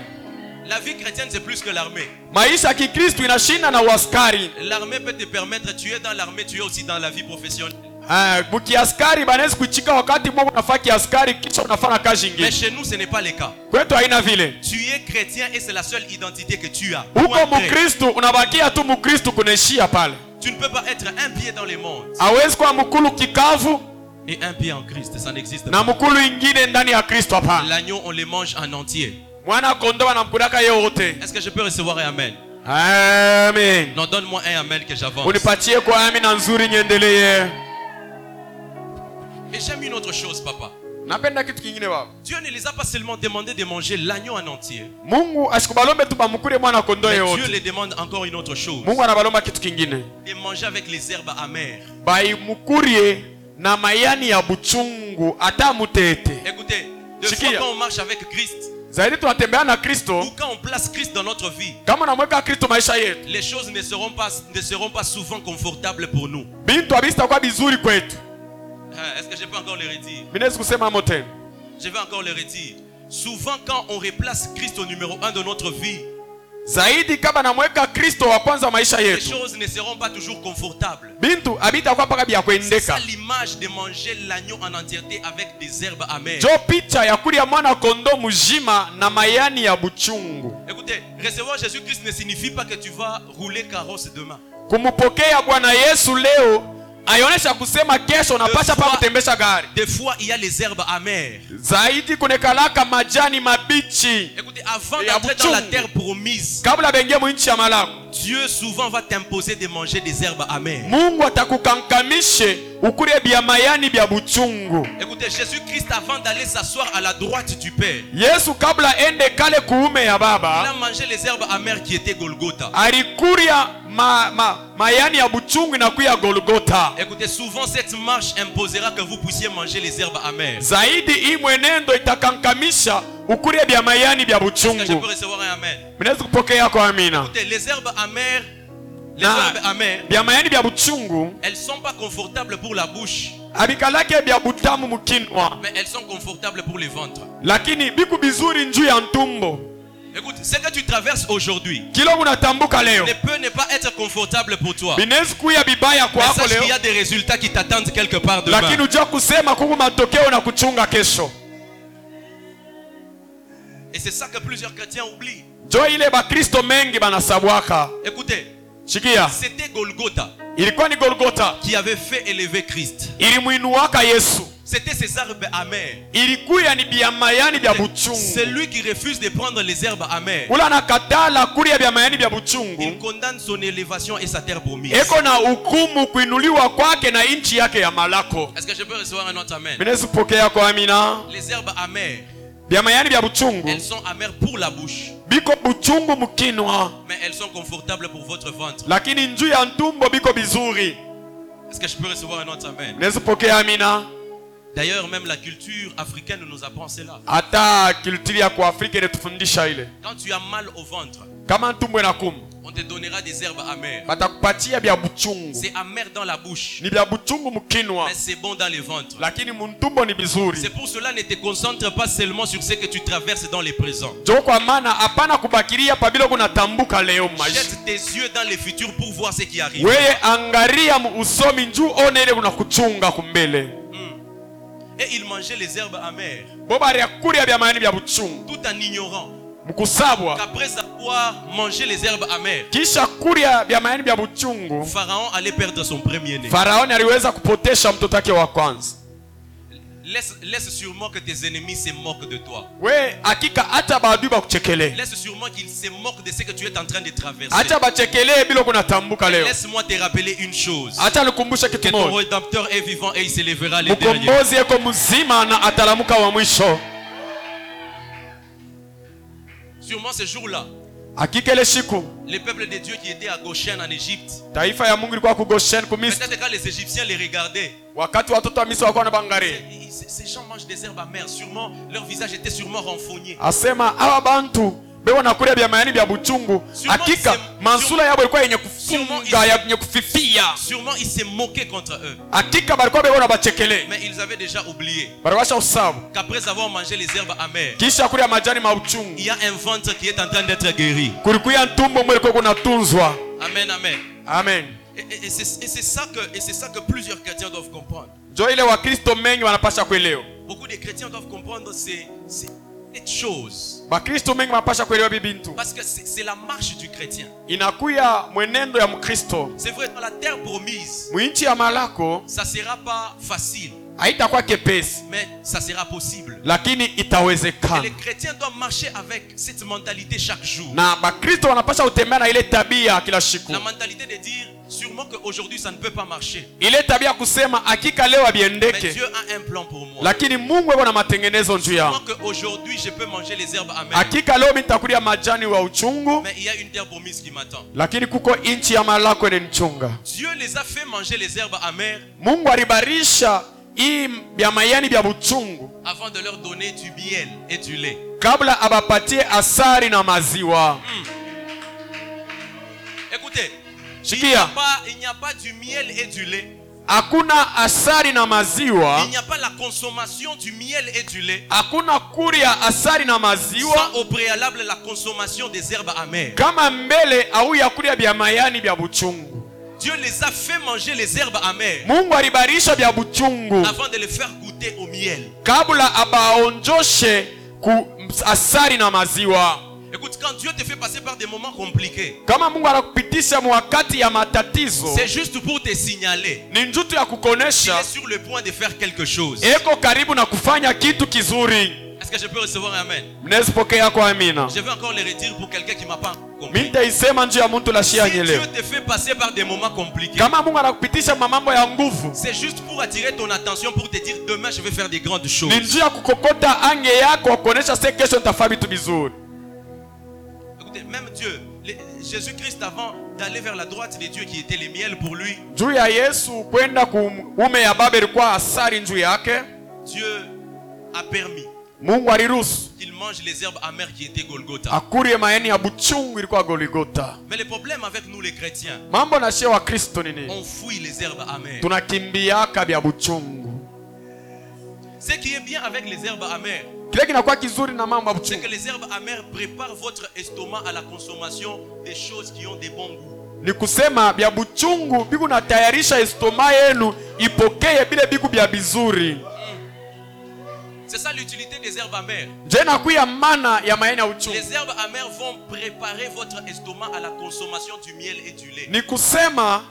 Speaker 1: La vie chrétienne, c'est plus que l'armée.
Speaker 2: maisha ya kikristu inashinda na uaskari
Speaker 1: L'armée peut te permettre, tu es dans l'armée, tu es aussi dans la vie professionnelle.
Speaker 2: Eh, mukiaskari banawezi kuchika wakati mmoja unafaa kiaskari kisha unafanya kazi
Speaker 1: Mais
Speaker 2: ingine
Speaker 1: chez nous, ce n'est pas le cas.
Speaker 2: kwetu haina vile
Speaker 1: Tu es chrétien et c'est la seule identité que tu as.
Speaker 2: huko
Speaker 1: Point très.
Speaker 2: mukristu unabakia tu mukristu kunaishia pale
Speaker 1: Tu ne peux pas être un pied dans le monde
Speaker 2: awezi kuwa mkulu kikavu
Speaker 1: et un pied en Christ. Ça n'existe
Speaker 2: na
Speaker 1: pas.
Speaker 2: mkulu ingine ndani ya kristo hapana
Speaker 1: L'agneau, on le mange en entier.
Speaker 2: mwana kondo anampudaka ye wote
Speaker 1: Est-ce que je peux recevoir un Amen
Speaker 2: amen
Speaker 1: Non, donne-moi un Amen que j'avance.
Speaker 2: unipatie kwa amina nzuri niendelee
Speaker 1: Et j'aime une autre chose, papa.
Speaker 2: napenda kitu kingine baba
Speaker 1: Dieu ne les a pas seulement demandé de manger l'agneau en entier.
Speaker 2: mungu asikubalombe tu bamukule mwana kondo ye
Speaker 1: Mais Dieu
Speaker 2: wote
Speaker 1: les demande encore une autre chose.
Speaker 2: mungu anabalomba kitu kingine
Speaker 1: De manger avec les herbes amères.
Speaker 2: bayimukurie na mayani ya buchungu ata mutete
Speaker 1: Écoutez, de
Speaker 2: C'est
Speaker 1: fois
Speaker 2: qui,
Speaker 1: quand on marche avec Christ,
Speaker 2: zaidi tunatembea na kristo
Speaker 1: ou quand on place Christ dans notre vie,
Speaker 2: kama namweka kristo maisha yetu
Speaker 1: les choses ne seront pas, ne seront pas souvent confortables pour nous.
Speaker 2: bintu abisitakuwa bizuri kwetu
Speaker 1: Hein, Est-ce que je peux encore le redire
Speaker 2: minezi kusema amo tena
Speaker 1: Je vais encore le redire. Souvent quand on replace Christ au numéro un de notre vie,
Speaker 2: zaidi kama namweka kristo wa kwanza maisha
Speaker 1: les
Speaker 2: yetu
Speaker 1: choses ne seront pas toujours confortables.
Speaker 2: bintu abitakuwa mpaka
Speaker 1: C'est ça
Speaker 2: byakwendeka
Speaker 1: l'image de manger l'agneau en entièreté avec des herbes amères.
Speaker 2: jo picha ya kulya mwana kondo mujima na mayani ya buchungu
Speaker 1: Écoutez, recevoir Jésus-Christ ne signifie pas que tu vas rouler carrosse demain.
Speaker 2: kumupokea bwana yesu leo aionesha kusema kesho napasha pa
Speaker 1: soir-
Speaker 2: kutembesha gari
Speaker 1: Des fois, il y a les herbes amères.
Speaker 2: zaidi kunekalaka majani mabichi
Speaker 1: Écoutez, avant
Speaker 2: Et à
Speaker 1: d'entrer dans la
Speaker 2: Boutchoum.
Speaker 1: terre promise,
Speaker 2: kabla bengie mwinchi ya malamu
Speaker 1: Dieu souvent va t'imposer de manger des herbes amères.
Speaker 2: mungu atakukankamishe ukulye bya mayani bya buchungu
Speaker 1: Écoutez, Jésus-Christ, avant d'aller s'asseoir à la droite du Père,
Speaker 2: yesu kabla ende kale kuume ya
Speaker 1: il a
Speaker 2: baba
Speaker 1: mangé les herbes amères qui étaient Golgotha.
Speaker 2: alikurya ma, ma, mayani ya buchungu na kuya golgota
Speaker 1: Écoutez, souvent cette marche imposera que vous puissiez manger les herbes amères.
Speaker 2: zaidi hii mwenendo itakankamisha ukulye bya mayani bya
Speaker 1: Est-ce que je peux
Speaker 2: buchungu
Speaker 1: recevoir un amen
Speaker 2: minaweza kupokea kwa amina
Speaker 1: Écoutez, les herbes amères, les
Speaker 2: Na-
Speaker 1: herbes amères,
Speaker 2: bya mayani bya buchungu
Speaker 1: elles sont pas confortables pour la bouche,
Speaker 2: abikalake bya butamu mukinwa
Speaker 1: mais elles sont confortables pour les ventres.
Speaker 2: lakini biku bizuri njuu ya ntumbo
Speaker 1: Écoute, ce que tu traverses aujourd'hui
Speaker 2: kilo unatambuka leo
Speaker 1: ne peut ne pas être confortable pour toi.
Speaker 2: binawezi kuya bibaya
Speaker 1: Mais
Speaker 2: kwako
Speaker 1: sache qu'il y
Speaker 2: leo
Speaker 1: a des résultats qui t'attendent quelque part demain.
Speaker 2: lakini ujua kusema kuku matokeo na kuchunga kesho
Speaker 1: Et c'est ça que plusieurs chrétiens oublient.
Speaker 2: njo ile bakristo mengi banasabwaka
Speaker 1: Écoutez,
Speaker 2: shikia
Speaker 1: c'était Golgotha
Speaker 2: ilikuwa ni golgota
Speaker 1: qui avait fait élever Christ.
Speaker 2: ilimwinuwaka yesu
Speaker 1: C'était ces herbes amères.
Speaker 2: ilikuya ni bya mayani bya buchungu
Speaker 1: Celui qui refuse de prendre les herbes amères,
Speaker 2: ula nakatala kulya bya mayani bya
Speaker 1: il
Speaker 2: buchungu
Speaker 1: condamne son élévation et sa terre promise.
Speaker 2: eko na hukumu kuinuliwa kwake na nchi yake ya malako
Speaker 1: Est-ce que je peux recevoir un autre amen
Speaker 2: minezipokea kwa amina
Speaker 1: Les herbes amères,
Speaker 2: bya mayani bya buchungu
Speaker 1: elles sont amères pour la bouche,
Speaker 2: biko buchungu mukinwa
Speaker 1: mais elles sont confortables pour votre ventre.
Speaker 2: lakini njuu ya ntumbo biko bizuri
Speaker 1: Est-ce que je peux recevoir un autre amen
Speaker 2: minezipokea amina
Speaker 1: D'ailleurs, même la culture africaine nous apprend cela.
Speaker 2: hata kilutiri ya kuafrika inetufundisha ile
Speaker 1: Quand tu as mal au ventre,
Speaker 2: kama ntumbo inakumu
Speaker 1: on te donnera des herbes amères.
Speaker 2: batakupatia bya buchungu
Speaker 1: C'est amer dans la bouche,
Speaker 2: ni bya buchungu mukinwa
Speaker 1: mais c'est bon dans le ventre.
Speaker 2: lakini muntumbo ni
Speaker 1: C'est
Speaker 2: bizuri
Speaker 1: pour cela ne te concentre pas seulement sur ce que tu traverses dans le présent.
Speaker 2: jo kwa maana hapana kubakiria pabilo kunatambuka leo maisha
Speaker 1: Jette tes yeux dans le futur pour voir ce qui arrive.
Speaker 2: weye angaria mu usomi njuu one ile kunakuchunga kumbele
Speaker 1: Et il mangeait les herbes amères,
Speaker 2: bo barya kurya bya mayani bya buchungu
Speaker 1: tout en ignorant
Speaker 2: mukusabwa
Speaker 1: qu'après avoir mangé les herbes amères,
Speaker 2: kisha kurya bya mayani bya buchungu
Speaker 1: Pharaon allait perdre son premier-né.
Speaker 2: faraoni aliweza kupotesha mtoto wake wa kwanza
Speaker 1: Laisse, laisse sûrement que tes ennemis se moquent de toi.
Speaker 2: we hakika hata baadui bakuchekelee
Speaker 1: Laisse sûrement qu'ils se moquent de ce que tu es en train de traverser.
Speaker 2: hata bachekelee bila kunatambuka leo
Speaker 1: Laisse-moi te rappeler une chose.
Speaker 2: hata nikumbushe
Speaker 1: Que
Speaker 2: kitu
Speaker 1: ton
Speaker 2: moja
Speaker 1: rédempteur est vivant et il s'élèvera les derniers.
Speaker 2: mkombozi yeko mzima na atalamuka wa mwisho
Speaker 1: Sûrement ce jour-là,
Speaker 2: hakika ile siku
Speaker 1: le peuple de Dieu qui était à Goshen en Égypte,
Speaker 2: taifa ya mungu ilikuwa kugosheni kumisi
Speaker 1: Peut-être quand les Égyptiens les regardaient,
Speaker 2: wakati watoto wa misri wakuwa na bangaria
Speaker 1: ils- ces gens mangent des herbes amères, sûrement, leur visage était sûrement renfogné.
Speaker 2: asema hawa bantu bewanakulia bya mayani bya buchungu hakika mansula yabo ilikuwa yenye kufunga ya- yenye kufifia
Speaker 1: Sûrement, ils se moquaient contre eux.
Speaker 2: hakika balikuwa bewona bachekele
Speaker 1: Mais ils avaient déjà oublié
Speaker 2: balibasha usabu
Speaker 1: qu'après avoir mangé les herbes amères,
Speaker 2: kisha kulia majani ma uchungu
Speaker 1: il y a un ventre qui est en train d'être guéri.
Speaker 2: kulikuya ntumbo mwe ilikuwa kunatunzwa
Speaker 1: Amen, amen.
Speaker 2: amen
Speaker 1: Et, et- et c'est et c'est ça, que- et c'est ça que plusieurs chrétiens doivent comprendre.
Speaker 2: njo ile wakristo mengi wanapasha kuelewa
Speaker 1: Beaucoup de chrétiens doivent comprendre ces, ces- cette chose.
Speaker 2: bakristo mengi wanapasha kuelewa bibintu
Speaker 1: Parce que c'est c'est la marche du chrétien.
Speaker 2: inakuya mwenendo ya mkristo
Speaker 1: C'est vrai, dans la terre promise,
Speaker 2: mwinchi ya malako
Speaker 1: ça ne sera pas facile.
Speaker 2: haitakuwa kepesi
Speaker 1: mais ça sera possible.
Speaker 2: lakini
Speaker 1: Et les
Speaker 2: itawezekana
Speaker 1: chrétiens doivent marcher avec cette mentalité chaque jour.
Speaker 2: na bakristo wanapasha kutembea na ile tabia kila siku
Speaker 1: La mentalité de dire, sûrement qu'aujourd'hui ça ne peut pas marcher.
Speaker 2: ile tabia ya kusema hakika leo
Speaker 1: Mais
Speaker 2: haviendeke
Speaker 1: Dieu a un plan pour moi.
Speaker 2: lakini mungu eko na matengenezo juu yangu
Speaker 1: Sûrement qu'aujourd'hui je peux manger les herbes amères.
Speaker 2: hakika leo mi nitakulia majani wa uchungu
Speaker 1: Mais il y a une terre promise qui m'attend.
Speaker 2: lakini kuko nchi ya malako enenichunga
Speaker 1: Dieu les a fait manger les herbes amères
Speaker 2: mungu alibarisha hii bya mayani bya buchungu
Speaker 1: avant de leur donner du miel et du lait.
Speaker 2: kabla abapatie asari na maziwa
Speaker 1: Écoutez, il n'y a
Speaker 2: sikia
Speaker 1: pas- il n'y a pas du miel et du lait.
Speaker 2: hakuna asari na maziwa
Speaker 1: Il n'y a pas la consommation du miel et du lait.
Speaker 2: hakuna kuri ya asari na
Speaker 1: Soit
Speaker 2: maziwa
Speaker 1: au préalable la consommation des herbes amères.
Speaker 2: kama mbele au ya kuria bya mayani bya buchungu
Speaker 1: Dieu les a fait manger les herbes amères
Speaker 2: mungu alibarisha bya buchungu
Speaker 1: avant de les faire goûter au miel.
Speaker 2: kabla abaonjoshe ku asari na maziwa
Speaker 1: Écoute, quand Dieu te fait passer par des moments compliqués,
Speaker 2: kama mungu anakupitisha mwakati ya matatizo
Speaker 1: c'est juste pour te signaler
Speaker 2: ni njutu ya
Speaker 1: qu'il
Speaker 2: kukonesha
Speaker 1: est sur le point de faire quelque chose.
Speaker 2: eko karibu na kufanya kitu kizuri
Speaker 1: Est-ce que je peux recevoir un Amen
Speaker 2: mnazipokea kwa amina
Speaker 1: Je vais encore le retirer pour quelqu'un qui m'a pas
Speaker 2: mi
Speaker 1: compris.
Speaker 2: nitaisema njuu ya muntu
Speaker 1: Si
Speaker 2: lashiyanye leo
Speaker 1: Dieu te fait passer par des moments compliqués,
Speaker 2: kama mungu anakupitisha mamambo ya nguvu
Speaker 1: c'est juste pour attirer ton attention, pour te dire demain je vais faire des grandes
Speaker 2: ni
Speaker 1: choses.
Speaker 2: njuu ya kukokota ange yako kuonesha se kesho nitafaa vitu vizuri
Speaker 1: Écoutez, même Dieu, les- Jésus-Christ avant d'aller vers la droite de Dieu qui était le miel pour lui,
Speaker 2: juu ya yesu kwenda kuume ya baba ilikuwa asari njuu yake
Speaker 1: Dieu a permis
Speaker 2: mungu aliruhusu
Speaker 1: qu'il mange les herbes amères qui étaient Golgotha.
Speaker 2: akurie maeni ya buchungu ilikuwa goligota
Speaker 1: Mais le problème avec nous les chrétiens,
Speaker 2: mambo na shie wa kristo nini
Speaker 1: on fouille les herbes amères.
Speaker 2: tunakimbiaka vya buchungu
Speaker 1: Ce qui est bien avec les herbes amères,
Speaker 2: kile kinakuwa kizuri na mambo ya
Speaker 1: c'est que
Speaker 2: buchungu
Speaker 1: les herbes amères préparent votre estomac à la consommation des choses qui ont des bons goûts.
Speaker 2: ni kusema vya buchungu bikunatayarisha estoma yenu ipokeye vile biku vya vizuri
Speaker 1: C'est ça l'utilité des herbes amères.
Speaker 2: nje nakuya mana ya maeni ya uchungu
Speaker 1: Les herbes amères vont préparer votre estomac à la consommation du miel et du lait.
Speaker 2: ni kusema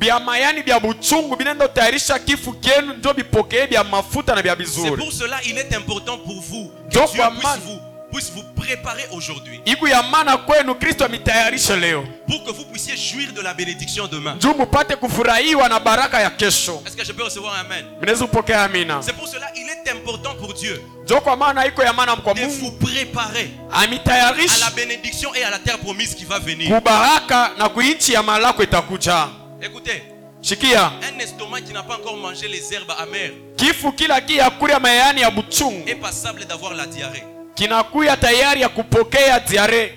Speaker 2: vya mayani vya buchungu binenda tayarisha kifu kyenu njo bipokeye vya mafuta na vya
Speaker 1: C'est
Speaker 2: vizuri
Speaker 1: pour cela il est important pour vous
Speaker 2: Donc,
Speaker 1: que Dieu
Speaker 2: ma man-
Speaker 1: puisse vous, puisse vous préparer aujourd'hui
Speaker 2: iku ya mana kwenu kristo amitayarisha leo
Speaker 1: pour que vous puissiez jouir de la bénédiction demain.
Speaker 2: juu mupate kufurahiwa na baraka ya kesho
Speaker 1: Est-ce que je peux recevoir un amen
Speaker 2: mnaweza kupokea amina
Speaker 1: C'est pour cela il est important pour Dieu
Speaker 2: njo kwa maana iko ya mana kwa
Speaker 1: de
Speaker 2: mungu
Speaker 1: vous préparer à la
Speaker 2: amitayarisha
Speaker 1: bénédiction et à la terre promise qui va venir.
Speaker 2: kubaraka na kuinchi ya malako itakuja
Speaker 1: Écoutez,
Speaker 2: shikia
Speaker 1: un estomac qui n'a pas encore mangé les herbes amères
Speaker 2: kifu kila kia kuria mayani ya buchungu
Speaker 1: est passable d'avoir la diarrhée.
Speaker 2: kinakuya tayari ya kupokea diare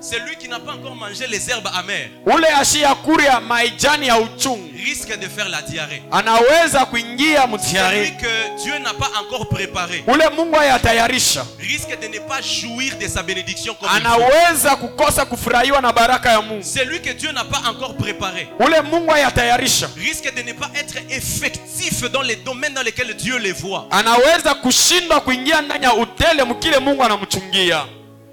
Speaker 1: Celui qui n'a pas encore mangé les herbes amères
Speaker 2: ule ashi ya kuria maijani ya uchungu
Speaker 1: risque de faire la diarrhée.
Speaker 2: anaweza kuingia
Speaker 1: Celui
Speaker 2: mdiare
Speaker 1: que Dieu n'a pas encore préparé
Speaker 2: ule mungu ayatayarisha
Speaker 1: risque de ne pas jouir de sa bénédiction comme il faut.
Speaker 2: anaweza kukosa kufurahiwa na baraka ya mungu
Speaker 1: Celui que Dieu n'a pas encore préparé
Speaker 2: ule mungu ayatayarisha
Speaker 1: risque de ne pas être effectif dans les domaines dans lesquels Dieu les voit.
Speaker 2: anaweza kushindwa kuingia ndani ya utele mkile mungu anamchungia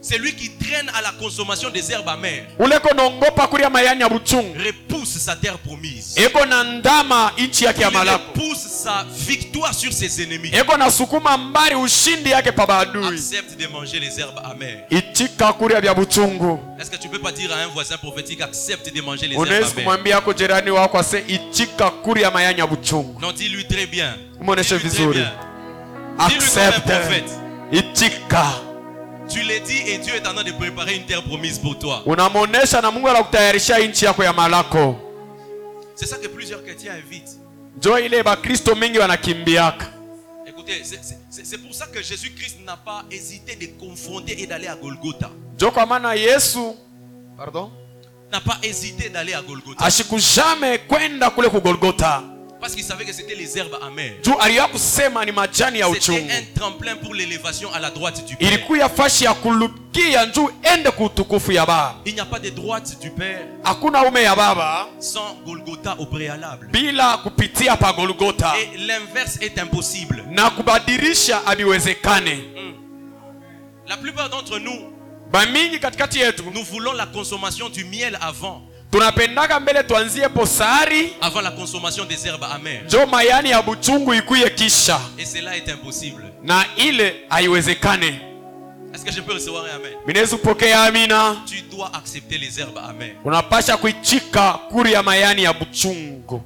Speaker 1: Celui qui traîne à la consommation des herbes amères
Speaker 2: ule konongopa kuria mayani ya buchungu
Speaker 1: repousse sa terre promise.
Speaker 2: eko na ndama nchi yake
Speaker 1: Il
Speaker 2: ya malako
Speaker 1: repousse sa victoire sur ses ennemis.
Speaker 2: eko na sukuma mbali ushindi yake pa baadui
Speaker 1: Accepte de manger les herbes amères.
Speaker 2: itika kuria vya buchungu
Speaker 1: Est-ce que tu peux pas dire à un voisin prophétique accepte de manger les
Speaker 2: unawezi
Speaker 1: herbes amères
Speaker 2: kumwambia ako jirani wako ase itika kuria mayani ya buchungu
Speaker 1: Non, dis-lui très bien.
Speaker 2: Umeoneshe
Speaker 1: Dis-lui
Speaker 2: vizuri.
Speaker 1: bien. Dis-lui
Speaker 2: accept
Speaker 1: comme un prophète.
Speaker 2: itika
Speaker 1: Tu l'as dit et Dieu est en train de préparer une terre promise pour toi.
Speaker 2: unamwonesha na mungu anakutayarishia nchi yako ya malako
Speaker 1: C'est ça que plusieurs chrétiens invitent.
Speaker 2: njo ile bakristo mingi wanakimbiaka
Speaker 1: Écoutez, c'est- c'est c'est- c'est pour ça que Jésus-Christ n'a pas hésité de confronter et d'aller à Golgotha.
Speaker 2: njo kwa maana yesu Pardon?
Speaker 1: N'a pas hésité d'aller à Golgotha.
Speaker 2: ashikujame kwenda kule kugolgota
Speaker 1: Parce qu'il savait que c'était les herbes amères.
Speaker 2: juu aliya kusema ni majani ya uchungu
Speaker 1: C'était un tremplin pour l'élévation à la droite du Père.
Speaker 2: ilikuya fashi ya kulukia njuu ende ku utukufu ya baba
Speaker 1: Il n'y a pas de droite du Père
Speaker 2: hakuna ume ya baba
Speaker 1: sans Golgotha au préalable.
Speaker 2: bila kupitia pa golgota
Speaker 1: Et l'inverse est impossible.
Speaker 2: na kubadilisha abiwezekane
Speaker 1: La plupart d'entre nous,
Speaker 2: bamingi katikati yetu
Speaker 1: nous voulons la consommation du miel avant.
Speaker 2: tunapendaka mbele tuanzie posari
Speaker 1: avant la consommation des herbes amères.
Speaker 2: njo mayani ya buchungu ikwiye kisha
Speaker 1: Et cela est impossible.
Speaker 2: na ile haiwezekane
Speaker 1: Est-ce que je peux recevoir un amen?
Speaker 2: minezi kupokea amina
Speaker 1: Tu dois accepter les herbes amères.
Speaker 2: unapasha kuichika kuri ya mayani ya buchungu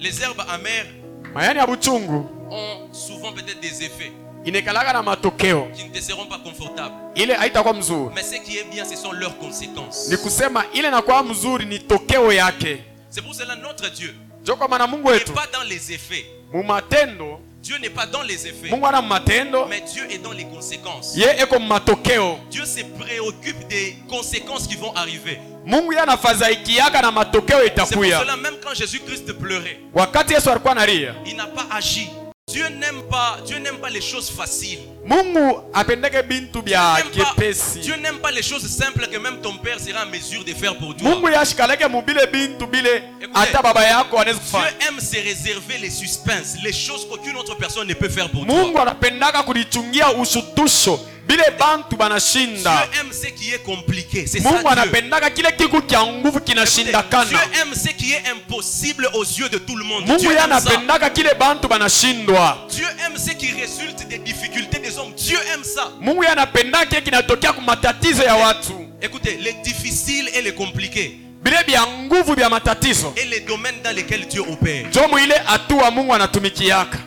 Speaker 1: Les herbes amères
Speaker 2: mayani ya buchungu
Speaker 1: ont souvent peut-être des effets
Speaker 2: inekalaka na matokeo
Speaker 1: qui ne te seront pas confortables.
Speaker 2: ile haitakuwa mzuri
Speaker 1: Mais ce qui est bien, ce sont leurs conséquences.
Speaker 2: ni kusema ile nakuwa mzuri ni tokeo yake
Speaker 1: C'est pour cela notre Dieu
Speaker 2: njo kwa maana mungu
Speaker 1: n'est
Speaker 2: wetu
Speaker 1: pas dans les effets.
Speaker 2: mumatendo
Speaker 1: Dieu n'est pas dans les effets.
Speaker 2: mungu ana mumatendo
Speaker 1: Mais Dieu est dans les conséquences.
Speaker 2: ye eko mumatokeo
Speaker 1: Dieu se préoccupe des conséquences qui vont arriver.
Speaker 2: mungu ye anafadhaikiaka na matokeo
Speaker 1: C'est pour
Speaker 2: itakuya
Speaker 1: cela même quand Jésus-Christ pleurait,
Speaker 2: wakati yesu alikuwa analia
Speaker 1: il n'a pas agi. Dieu n'aime pas, Dieu n'aime pas les choses faciles.
Speaker 2: mungu apendeke bintu bya
Speaker 1: N'aime pas- Dieu
Speaker 2: kyepesi
Speaker 1: n'aime pas les choses simples que même ton père sera en mesure de faire pour toi.
Speaker 2: mungu yashikaleke mubile bintu bile
Speaker 1: Écoutez,
Speaker 2: ata baba yako anaweza kufanya
Speaker 1: Dieu aime se réserver les suspens, les choses qu'aucune autre personne ne peut faire pour toi.
Speaker 2: mungu anapendaka kulichungia ushutusho bile bantu banashinda
Speaker 1: Dieu aime ce qui est compliqué. C'est ça
Speaker 2: mungu
Speaker 1: Dieu.
Speaker 2: anapendaka kile kiku kya nguvu
Speaker 1: Écoutez,
Speaker 2: kinashindakana
Speaker 1: Dieu aime ce qui est impossible aux yeux de tout le monde.
Speaker 2: mungu
Speaker 1: Dieu,
Speaker 2: ye
Speaker 1: aime ça.
Speaker 2: anapendaka kile bantu banashindwa
Speaker 1: Dieu aime ce qui résulte des difficultés des hommes. Dieu aime ça.
Speaker 2: mungu ye anapendaka kile kinatokea ku matatizo ya watu
Speaker 1: Écoutez, les difficiles et les compliqués
Speaker 2: bile bya nguvu bya matatizo
Speaker 1: et les domaines dans lesquels Dieu opère.
Speaker 2: njo muile hatua mungu anatumikiaka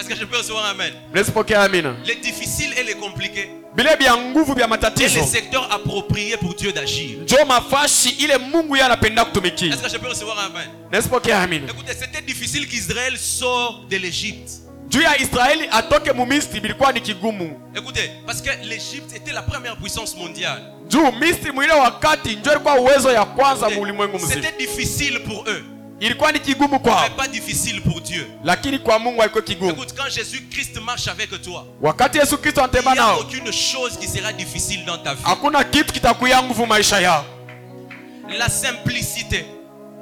Speaker 1: Est-ce que je peux recevoir un Amen?
Speaker 2: mnazipokea amina
Speaker 1: Les difficiles et les compliqués
Speaker 2: bile bya nguvu bya
Speaker 1: et les
Speaker 2: matatizo
Speaker 1: secteurs appropriés pour Dieu d'agir.
Speaker 2: njo mafashi ile mungu ye anapenda kutumikia
Speaker 1: Est-ce que je peux recevoir un Amen?
Speaker 2: nazipokea amina
Speaker 1: Écoutez, c'était difficile qu'Israël sort de l'Égypte.
Speaker 2: juu ya israeli atoke mumisri bilikuwa ni kigumu
Speaker 1: Écoutez, parce que l'Égypte était la première puissance mondiale.
Speaker 2: juu misri mwile wakati njo ilikuwa uwezo ya kwanza mu ulimwengu mzima
Speaker 1: C'était difficile pour eux,
Speaker 2: ilikuwa ni kigumu kwao
Speaker 1: mais pas difficile pour Dieu.
Speaker 2: lakini kwa mungu haikuwa kigumu
Speaker 1: Écoute, quand Jésus-Christ marche avec toi,
Speaker 2: wakati yesu kristo
Speaker 1: il
Speaker 2: anatembea
Speaker 1: n'y a
Speaker 2: nao
Speaker 1: aucune chose qui sera difficile dans ta vie.
Speaker 2: hakuna kitu kitakuya nguvu maisha yao
Speaker 1: La simplicité,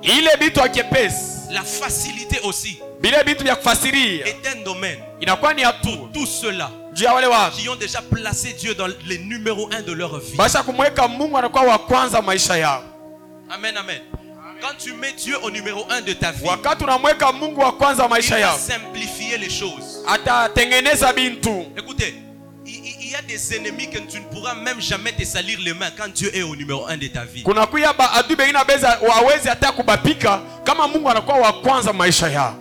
Speaker 2: ile bitu akyepesi
Speaker 1: la facilité aussi,
Speaker 2: bile bitu vya kufasiria
Speaker 1: est un domaine
Speaker 2: inakuwa ni hatua
Speaker 1: pour tous ceux-là
Speaker 2: juu ya wale watu
Speaker 1: qui ont déjà placé Dieu dans le numéro un de leur vie.
Speaker 2: basha kumweka mungu anakuwa wa kwanza maisha yao
Speaker 1: Amen, amen. Quand tu mets Dieu au numéro un de ta vie,
Speaker 2: wakati unamweka mungu wa kwanza
Speaker 1: il
Speaker 2: maisha
Speaker 1: va
Speaker 2: yao
Speaker 1: simplifier les choses.
Speaker 2: atatengeneza bintu
Speaker 1: Écoutez, il, il- il y a des ennemis que tu ne pourras même jamais te salir les mains quand Dieu est au numéro un de ta vie.
Speaker 2: kuna kuya baadui bengine awezi hata kubapika kama mungu anakuwa wa kwanza maisha yao